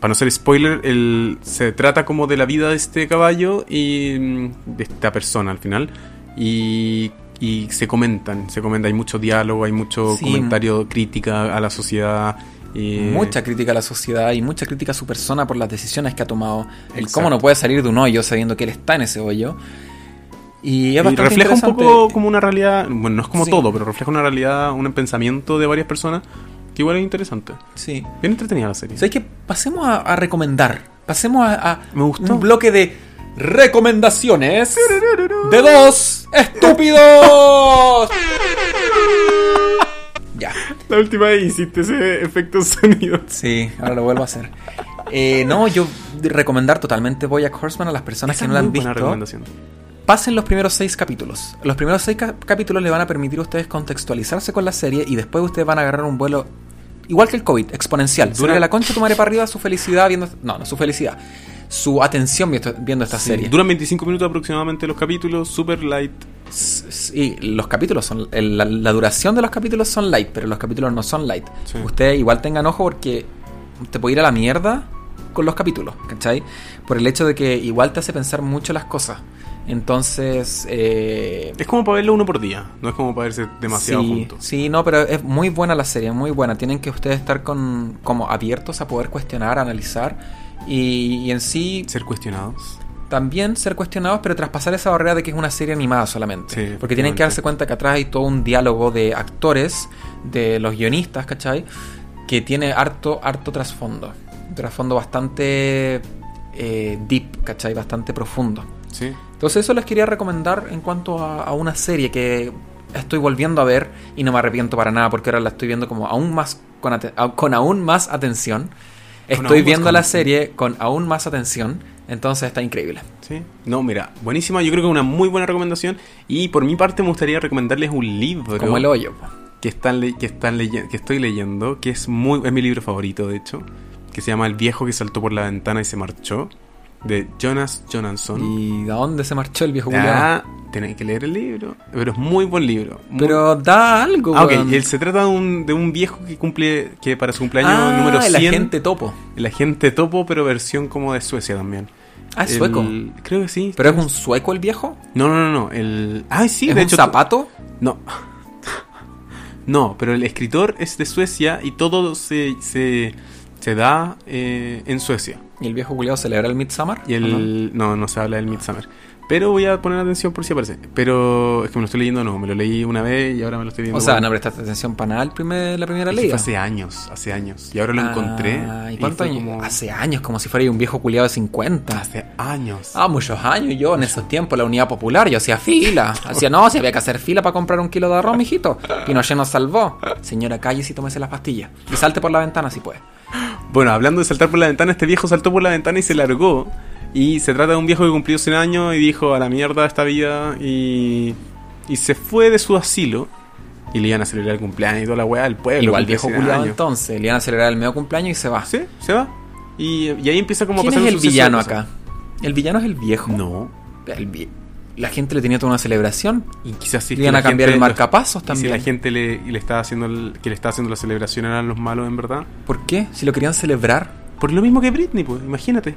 [SPEAKER 2] para no ser spoiler, el, se trata como de la vida de este caballo y mm, de esta persona al final, y, y se comentan, se comenta, hay mucho diálogo, hay mucho
[SPEAKER 1] Sí.
[SPEAKER 2] comentario, crítica a la sociedad. Y,
[SPEAKER 1] Mucha crítica a la sociedad y mucha crítica a su persona por las decisiones que ha tomado. El
[SPEAKER 2] Exacto.
[SPEAKER 1] cómo no puede salir de un hoyo sabiendo que él está en ese hoyo. Y
[SPEAKER 2] y
[SPEAKER 1] es bastante
[SPEAKER 2] refleja un
[SPEAKER 1] interesante.
[SPEAKER 2] poco como una realidad, bueno, no es como
[SPEAKER 1] Sí.
[SPEAKER 2] todo, pero refleja una realidad, un pensamiento de varias personas que igual es interesante.
[SPEAKER 1] Sí.
[SPEAKER 2] Bien entretenida la serie.
[SPEAKER 1] ¿Sabes qué? Pasemos a, a recomendar. Pasemos a, a
[SPEAKER 2] Me gustó.
[SPEAKER 1] un bloque de recomendaciones de dos estúpidos. ya.
[SPEAKER 2] La última vez hiciste ese efecto sonido.
[SPEAKER 1] Sí, ahora lo vuelvo a hacer. Eh, no, yo de- recomendar totalmente Boyack Horseman a las personas que no la han visto.
[SPEAKER 2] recomendación.
[SPEAKER 1] Pasen los primeros seis capítulos. Los primeros seis ca- capítulos le van a permitir a ustedes contextualizarse con la serie y después ustedes van a agarrar un vuelo igual que el COVID, exponencial.
[SPEAKER 2] Dura-
[SPEAKER 1] Dura la concha de tu madre para arriba su felicidad viendo. No, no su felicidad. Su atención viendo, viendo esta serie.
[SPEAKER 2] Duran 25 minutos aproximadamente los capítulos, super light.
[SPEAKER 1] Sí, los capítulos son. el- la, la duración de los capítulos son light, pero los capítulos no son light.
[SPEAKER 2] Sí.
[SPEAKER 1] Ustedes igual tengan ojo porque te puede ir a la mierda con los capítulos, ¿cachai? Por el hecho de que igual te hace pensar mucho las cosas. Entonces. eh,
[SPEAKER 2] Es como para verlo uno por día, no es como para verse demasiado
[SPEAKER 1] sí,
[SPEAKER 2] juntos.
[SPEAKER 1] Sí, no, pero es muy buena la serie, muy buena. Tienen que ustedes estar con, como abiertos a poder cuestionar, analizar y, y en sí
[SPEAKER 2] Ser cuestionados.
[SPEAKER 1] también ser cuestionados, pero traspasar esa barrera de que es una serie animada solamente.
[SPEAKER 2] Sí,
[SPEAKER 1] Porque tienen
[SPEAKER 2] efectivamente.
[SPEAKER 1] que darse cuenta que atrás hay todo un diálogo de actores, de los guionistas, ¿cachai? Que tiene harto, harto trasfondo. Un Trasfondo bastante eh, deep, ¿cachai? Bastante profundo.
[SPEAKER 2] Sí.
[SPEAKER 1] Entonces eso les quería recomendar en cuanto a, a una serie que estoy volviendo a ver y no me arrepiento para nada porque ahora la estoy viendo como aún más con, ate- a- con aún más atención.
[SPEAKER 2] aún
[SPEAKER 1] Estoy
[SPEAKER 2] más
[SPEAKER 1] viendo la
[SPEAKER 2] con-
[SPEAKER 1] serie con aún más atención, entonces está increíble.
[SPEAKER 2] Sí. No, mira, buenísima, yo creo que es una muy buena recomendación. Y por mi parte me gustaría recomendarles un libro
[SPEAKER 1] Como el hoyo. po.
[SPEAKER 2] que, están le- que, están leye- que estoy leyendo, que es, muy, es mi libro favorito, de hecho, que se llama El viejo que saltó por la ventana y se marchó, de Jonas Jonasson.
[SPEAKER 1] ¿Y a dónde se marchó el viejo culiao?
[SPEAKER 2] Ah, tenéis que leer el libro. Pero es muy buen libro. Muy-
[SPEAKER 1] Pero da algo,
[SPEAKER 2] Ah, ok.
[SPEAKER 1] weón.
[SPEAKER 2] Él se trata de un, de un viejo que cumple, que para su cumpleaños
[SPEAKER 1] Ah,
[SPEAKER 2] número 100,
[SPEAKER 1] el agente topo.
[SPEAKER 2] el agente topo, pero versión como de Suecia también.
[SPEAKER 1] Ah, es
[SPEAKER 2] El-
[SPEAKER 1] sueco.
[SPEAKER 2] Creo que sí.
[SPEAKER 1] ¿Pero es un sueco el viejo?
[SPEAKER 2] No, no, no, no. El... Ah, sí,
[SPEAKER 1] ¿Es
[SPEAKER 2] de
[SPEAKER 1] un
[SPEAKER 2] hecho.
[SPEAKER 1] zapato?
[SPEAKER 2] No. [laughs] No, pero el escritor es de Suecia y todo se, se, se da eh, en Suecia.
[SPEAKER 1] ¿Y el viejo culiao celebra el Midsummer?
[SPEAKER 2] Y
[SPEAKER 1] ¿O no?
[SPEAKER 2] el... No? no, se habla del Midsummer. Pero voy a poner atención por si aparece. Pero es que me lo estoy leyendo, no. Me lo leí una vez y ahora me lo estoy leyendo.
[SPEAKER 1] O sea,
[SPEAKER 2] por-
[SPEAKER 1] no prestaste atención para nada el primer, la primera
[SPEAKER 2] Es que
[SPEAKER 1] ley.
[SPEAKER 2] fue hace años, hace años. Y ahora lo
[SPEAKER 1] Ah,
[SPEAKER 2] encontré.
[SPEAKER 1] ¿Y cuánto
[SPEAKER 2] fue
[SPEAKER 1] años?
[SPEAKER 2] como-
[SPEAKER 1] Hace años, como si fuera un viejo culiado de 50.
[SPEAKER 2] Hace años.
[SPEAKER 1] Ah, muchos años yo, en esos tiempos, la unidad popular, yo hacía fila. Hacía, no, si había que hacer fila para comprar un kilo de arroz, mijito. Pinochet nos salvó. Señora, calle si tómese las pastillas. Y salte por la ventana si puede.
[SPEAKER 2] Bueno, hablando de saltar por la ventana, este viejo saltó por la ventana y se largó. Y se trata de un viejo que cumplió 100 años y dijo a la mierda esta vida y, y se fue de su asilo. Y le iban a celebrar el cumpleaños y toda la weá del pueblo.
[SPEAKER 1] Igual
[SPEAKER 2] cumplió
[SPEAKER 1] viejo
[SPEAKER 2] 100
[SPEAKER 1] culiado
[SPEAKER 2] años.
[SPEAKER 1] entonces. Le iban a celebrar el medio cumpleaños y se va.
[SPEAKER 2] Sí, se va. Y, y ahí empieza como a
[SPEAKER 1] ¿Quién
[SPEAKER 2] pasar
[SPEAKER 1] es el
[SPEAKER 2] un suceso de
[SPEAKER 1] villano
[SPEAKER 2] cosas.
[SPEAKER 1] acá? El villano es el viejo.
[SPEAKER 2] No.
[SPEAKER 1] El vi- la gente le tenía toda una celebración.
[SPEAKER 2] Y quizás sí.
[SPEAKER 1] Le iban a cambiar el marcapasos
[SPEAKER 2] Y
[SPEAKER 1] también.
[SPEAKER 2] si la gente le, y le estaba haciendo el- que le estaba haciendo la celebración eran los malos en verdad.
[SPEAKER 1] ¿Por qué? Si lo querían celebrar,
[SPEAKER 2] Por lo mismo que Britney, pues, imagínate.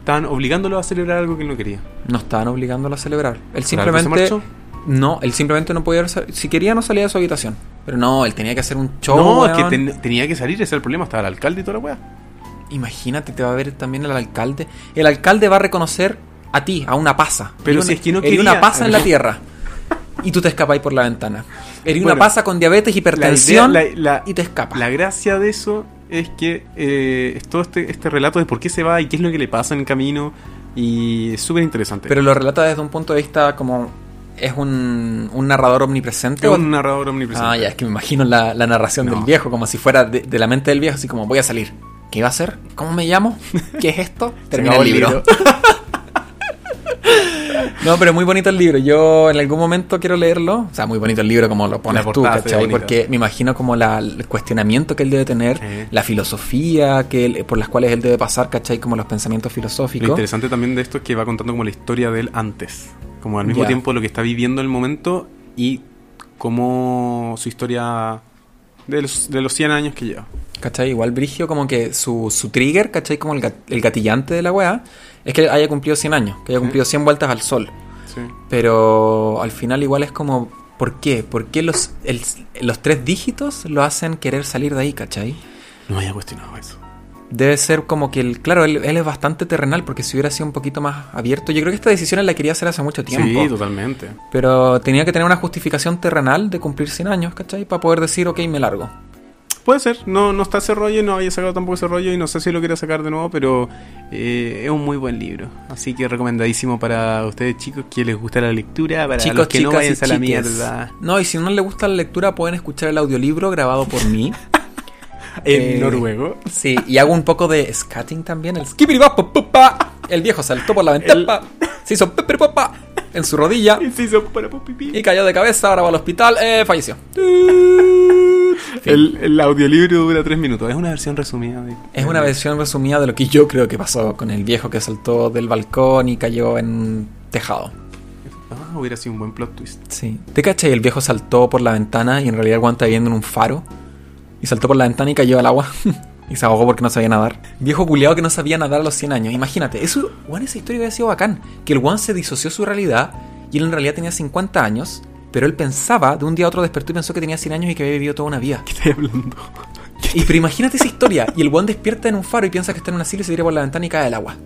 [SPEAKER 2] Estaban obligándolo a celebrar algo que él no quería.
[SPEAKER 1] No estaban obligándolo a celebrar. Él
[SPEAKER 2] ¿Por algo se
[SPEAKER 1] simplemente.
[SPEAKER 2] marchó?
[SPEAKER 1] No, él simplemente no podía. haber sal- Si quería, no salía de su habitación. Pero no, él tenía que hacer un show.
[SPEAKER 2] no, es que
[SPEAKER 1] weón.
[SPEAKER 2] ten- tenía que salir, ese era el problema, estaba el alcalde y toda la weá.
[SPEAKER 1] Imagínate, te va a ver también el alcalde. El alcalde va a reconocer a ti, a una pasa.
[SPEAKER 2] Pero
[SPEAKER 1] Eres
[SPEAKER 2] si
[SPEAKER 1] una-
[SPEAKER 2] es que no
[SPEAKER 1] eres
[SPEAKER 2] quería.
[SPEAKER 1] una pasa
[SPEAKER 2] [laughs]
[SPEAKER 1] en la tierra. Y tú te escapáis por la ventana. Eres
[SPEAKER 2] Bueno,
[SPEAKER 1] una pasa con diabetes, hipertensión.
[SPEAKER 2] La, idea- la- la-
[SPEAKER 1] y te escapas.
[SPEAKER 2] la gracia de eso es que eh, es todo este, este relato de por qué se va y qué es lo que le pasa en el camino. Y es súper interesante.
[SPEAKER 1] Pero lo relata desde un punto de vista como. Es un, un narrador omnipresente.
[SPEAKER 2] es
[SPEAKER 1] o-
[SPEAKER 2] un narrador omnipresente.
[SPEAKER 1] Ah, ya, es que me imagino la, la narración
[SPEAKER 2] No.
[SPEAKER 1] del viejo, como si fuera de, de la mente del viejo, así como voy a salir. ¿Qué va a
[SPEAKER 2] [laughs]
[SPEAKER 1] hacer? ¿Cómo me llamo? ¿Qué es esto?
[SPEAKER 2] Se
[SPEAKER 1] Termina
[SPEAKER 2] acabó
[SPEAKER 1] el libro. [laughs] No, pero es muy bonito el libro. Yo en algún momento quiero leerlo. O sea, muy bonito el libro como lo pones
[SPEAKER 2] La
[SPEAKER 1] tú,
[SPEAKER 2] portada está
[SPEAKER 1] ¿cachai?
[SPEAKER 2] bonita.
[SPEAKER 1] Porque me imagino como la- el cuestionamiento que él debe tener,
[SPEAKER 2] Sí.
[SPEAKER 1] la filosofía que él- por las cuales él debe pasar, ¿cachai? Como los pensamientos
[SPEAKER 2] Lo
[SPEAKER 1] filosóficos.
[SPEAKER 2] interesante también de esto es que va contando como la historia de él antes. Como al mismo
[SPEAKER 1] Ya.
[SPEAKER 2] tiempo lo que está viviendo en el momento y cómo su historia de los, de los 100 años que lleva.
[SPEAKER 1] ¿Cachai? Igual Brigio como que su, su trigger, ¿cachai? Como el, gat- el gatillante de la weá, es que haya cumplido 100 años, que haya cumplido 100 vueltas al sol.
[SPEAKER 2] Sí.
[SPEAKER 1] Pero al final igual es como, ¿por qué? ¿Por qué los, el- los tres dígitos lo hacen querer salir de ahí, ¿cachai?
[SPEAKER 2] No haya cuestionado eso.
[SPEAKER 1] Debe ser como que, el, claro, él, él es bastante terrenal porque si hubiera sido un poquito más abierto, yo creo que esta decisión la quería hacer hace mucho tiempo.
[SPEAKER 2] Sí, totalmente.
[SPEAKER 1] pero tenía que tener una justificación terrenal de cumplir 100 años, ¿cachai? Para poder decir, ok, me largo.
[SPEAKER 2] Puede ser, no, no está ese rollo, no había sacado tampoco ese rollo y no sé si lo quiera sacar de nuevo, pero eh, es un muy buen libro. Así que recomendadísimo para ustedes chicos que les gusta la lectura, para los
[SPEAKER 1] Chicos,
[SPEAKER 2] que
[SPEAKER 1] chicas
[SPEAKER 2] no
[SPEAKER 1] y
[SPEAKER 2] vayan a la
[SPEAKER 1] chiques.
[SPEAKER 2] mierda.
[SPEAKER 1] No, y si no les gusta la lectura, pueden escuchar el audiolibro grabado por
[SPEAKER 2] [laughs]
[SPEAKER 1] mí.
[SPEAKER 2] En
[SPEAKER 1] Eh,
[SPEAKER 2] noruego.
[SPEAKER 1] Sí, y hago un poco de scatting también. El skibiribapopopa. El viejo saltó por la ventana. Se hizo peperipopa en su rodilla.
[SPEAKER 2] [laughs] Y se hizo para pupipí.
[SPEAKER 1] Y cayó de cabeza, ahora va al hospital. Eh, falleció.
[SPEAKER 2] el, el audiolibro dura tres minutos. Es una versión resumida. de-
[SPEAKER 1] Es una versión resumida de lo que yo creo que pasó con el viejo que saltó del balcón y cayó en un tejado.
[SPEAKER 2] Ah, hubiera sido un buen plot twist. [laughs]
[SPEAKER 1] Sí. ¿Te caché? El viejo saltó por la ventana y en realidad el guante estaba viendo en un faro. Y saltó por la ventana y cayó al agua. [laughs] y se ahogó porque no sabía nadar. Viejo culiado que no sabía nadar a los 100 años. Imagínate, eso, weón, esa historia hubiera sido bacán. Que el guan se disoció su realidad y él en realidad tenía 50 años. Pero él pensaba, de un día a otro despertó y pensó que tenía 100 años y que había vivido toda una vida.
[SPEAKER 2] ¿Qué estoy hablando?
[SPEAKER 1] Y pero imagínate esa historia. Y el weón despierta en un faro y piensa que está en un asilo y se tira por la ventana y cae al agua.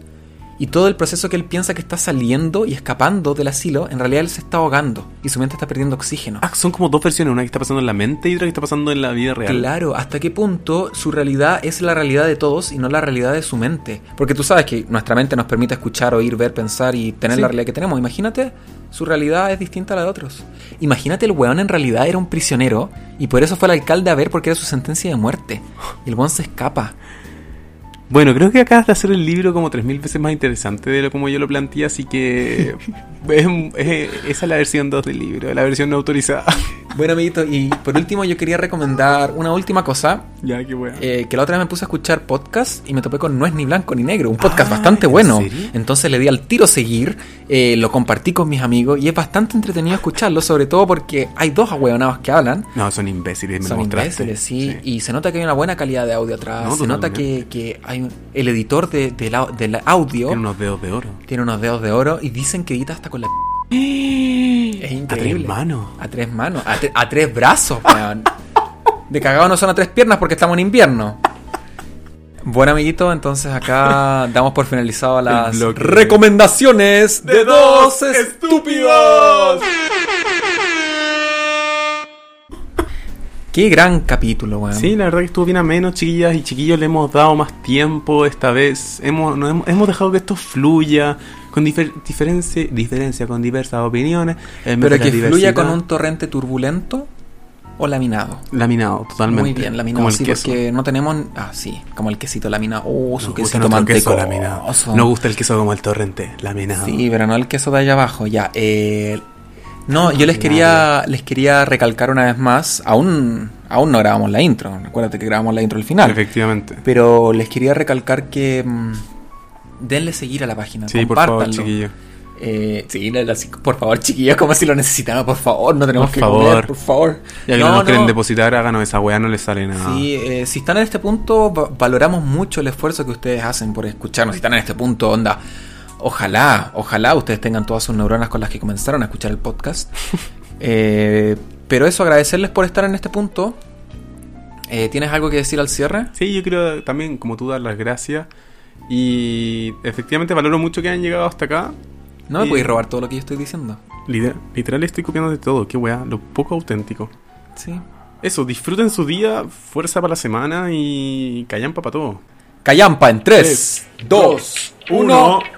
[SPEAKER 1] Y todo el proceso que él piensa que está saliendo y escapando del asilo, en realidad él se está ahogando y su mente está perdiendo oxígeno.
[SPEAKER 2] Ah, son como dos versiones. Una que está pasando en la mente y otra que está pasando en la vida real.
[SPEAKER 1] Claro, hasta qué punto su realidad es la realidad de todos y no la realidad de su mente. Porque tú sabes que nuestra mente nos permite escuchar, oír, ver, pensar y tener
[SPEAKER 2] Sí.
[SPEAKER 1] la realidad que tenemos. Imagínate, su realidad es distinta a la de otros. Imagínate, el weón en realidad era un prisionero y por eso fue el alcalde a ver porque era su sentencia de muerte. Y el weón se escapa.
[SPEAKER 2] Bueno, creo que acabas de hacer el libro como 3.000 veces más interesante de lo como yo lo planteé,
[SPEAKER 1] [laughs]
[SPEAKER 2] así que es- es- esa es la versión 2 del libro, la versión no autorizada. [laughs]
[SPEAKER 1] Bueno, amiguito, y por último yo quería recomendar una última cosa.
[SPEAKER 2] ya, qué buena.
[SPEAKER 1] eh, que la otra vez me puse a escuchar podcast y me topé con No es ni blanco ni negro, un podcast
[SPEAKER 2] Ah,
[SPEAKER 1] bastante
[SPEAKER 2] ¿en
[SPEAKER 1] bueno.
[SPEAKER 2] serio?
[SPEAKER 1] Entonces le di al tiro seguir, eh, lo compartí con mis amigos y es bastante entretenido escucharlo, sobre todo porque hay dos ahueonados que hablan.
[SPEAKER 2] no, son imbéciles, me
[SPEAKER 1] Son
[SPEAKER 2] mostraste.
[SPEAKER 1] imbéciles, sí, y se nota que hay una buena calidad de audio atrás.
[SPEAKER 2] No,
[SPEAKER 1] se nota que,
[SPEAKER 2] totalmente.
[SPEAKER 1] que hay un- el editor de- del au- del audio
[SPEAKER 2] Tienen unos dedos
[SPEAKER 1] [gasps]
[SPEAKER 2] de oro.
[SPEAKER 1] tiene unos dedos de oro y dicen que edita hasta con la
[SPEAKER 2] Es
[SPEAKER 1] increíble.
[SPEAKER 2] A tres manos.
[SPEAKER 1] A tres manos, a, tre- a tres brazos, weón. De cagado no son a tres piernas porque estamos en invierno. Bueno, amiguito, entonces
[SPEAKER 2] [laughs]
[SPEAKER 1] acá damos por finalizado las
[SPEAKER 2] bloque.
[SPEAKER 1] recomendaciones de, dos estúpidos. Qué gran capítulo, weón.
[SPEAKER 2] Sí, la verdad que estuvo bien ameno, chiquillas y chiquillos. Le hemos dado más tiempo esta vez. Hemos, nos hemos, hemos dejado que esto fluya con difer- diferencia, diferencia, con diversas opiniones. en vez de
[SPEAKER 1] Pero
[SPEAKER 2] la
[SPEAKER 1] que fluya
[SPEAKER 2] diversidad.
[SPEAKER 1] con un torrente turbulento o laminado.
[SPEAKER 2] Laminado, totalmente.
[SPEAKER 1] Muy bien, laminado,
[SPEAKER 2] Como el
[SPEAKER 1] sí,
[SPEAKER 2] queso.
[SPEAKER 1] porque no tenemos... Ah, sí, como el quesito laminado. Oh, su
[SPEAKER 2] Nos gusta
[SPEAKER 1] quesito
[SPEAKER 2] nuestro queso
[SPEAKER 1] mantecoso.
[SPEAKER 2] laminado. Nos gusta el queso como el torrente, laminado.
[SPEAKER 1] Sí, pero no el queso de allá abajo, ya. eh, no, yo les quería, les quería recalcar una vez más, aún, aún no grabamos la intro, acuérdate que grabamos la intro al final,
[SPEAKER 2] Efectivamente.
[SPEAKER 1] pero les quería recalcar que mm, denle seguir a la página,
[SPEAKER 2] Sí, por
[SPEAKER 1] compártanlo.
[SPEAKER 2] favor, chiquillos.
[SPEAKER 1] Eh, sí, la- la- sí, por favor, chiquillos, como si lo necesitaba, por favor, no tenemos
[SPEAKER 2] Por
[SPEAKER 1] que
[SPEAKER 2] favor.
[SPEAKER 1] comer, por favor.
[SPEAKER 2] Ya que no, nos quieren depositar, háganos esa weá, no les sale nada.
[SPEAKER 1] Sí, eh, si están en este punto, va- valoramos mucho el esfuerzo que ustedes hacen por escucharnos. Si están en este punto, onda, ojalá, ojalá ustedes tengan todas sus neuronas con las que comenzaron a escuchar el podcast. Eh, pero eso, agradecerles por estar en este punto. Eh, ¿Tienes algo que decir al cierre?
[SPEAKER 2] Sí, yo quiero también, como tú, dar las gracias. Y efectivamente valoro mucho que hayan llegado hasta acá.
[SPEAKER 1] No me
[SPEAKER 2] Y-
[SPEAKER 1] podéis robar todo lo que yo estoy diciendo.
[SPEAKER 2] Liter- literal estoy copiando de todo, qué weá, lo poco auténtico.
[SPEAKER 1] Sí.
[SPEAKER 2] Eso, disfruten su día, fuerza para la semana y callan para todo.
[SPEAKER 1] Callampa en 3, 2, 1.
[SPEAKER 2] uno.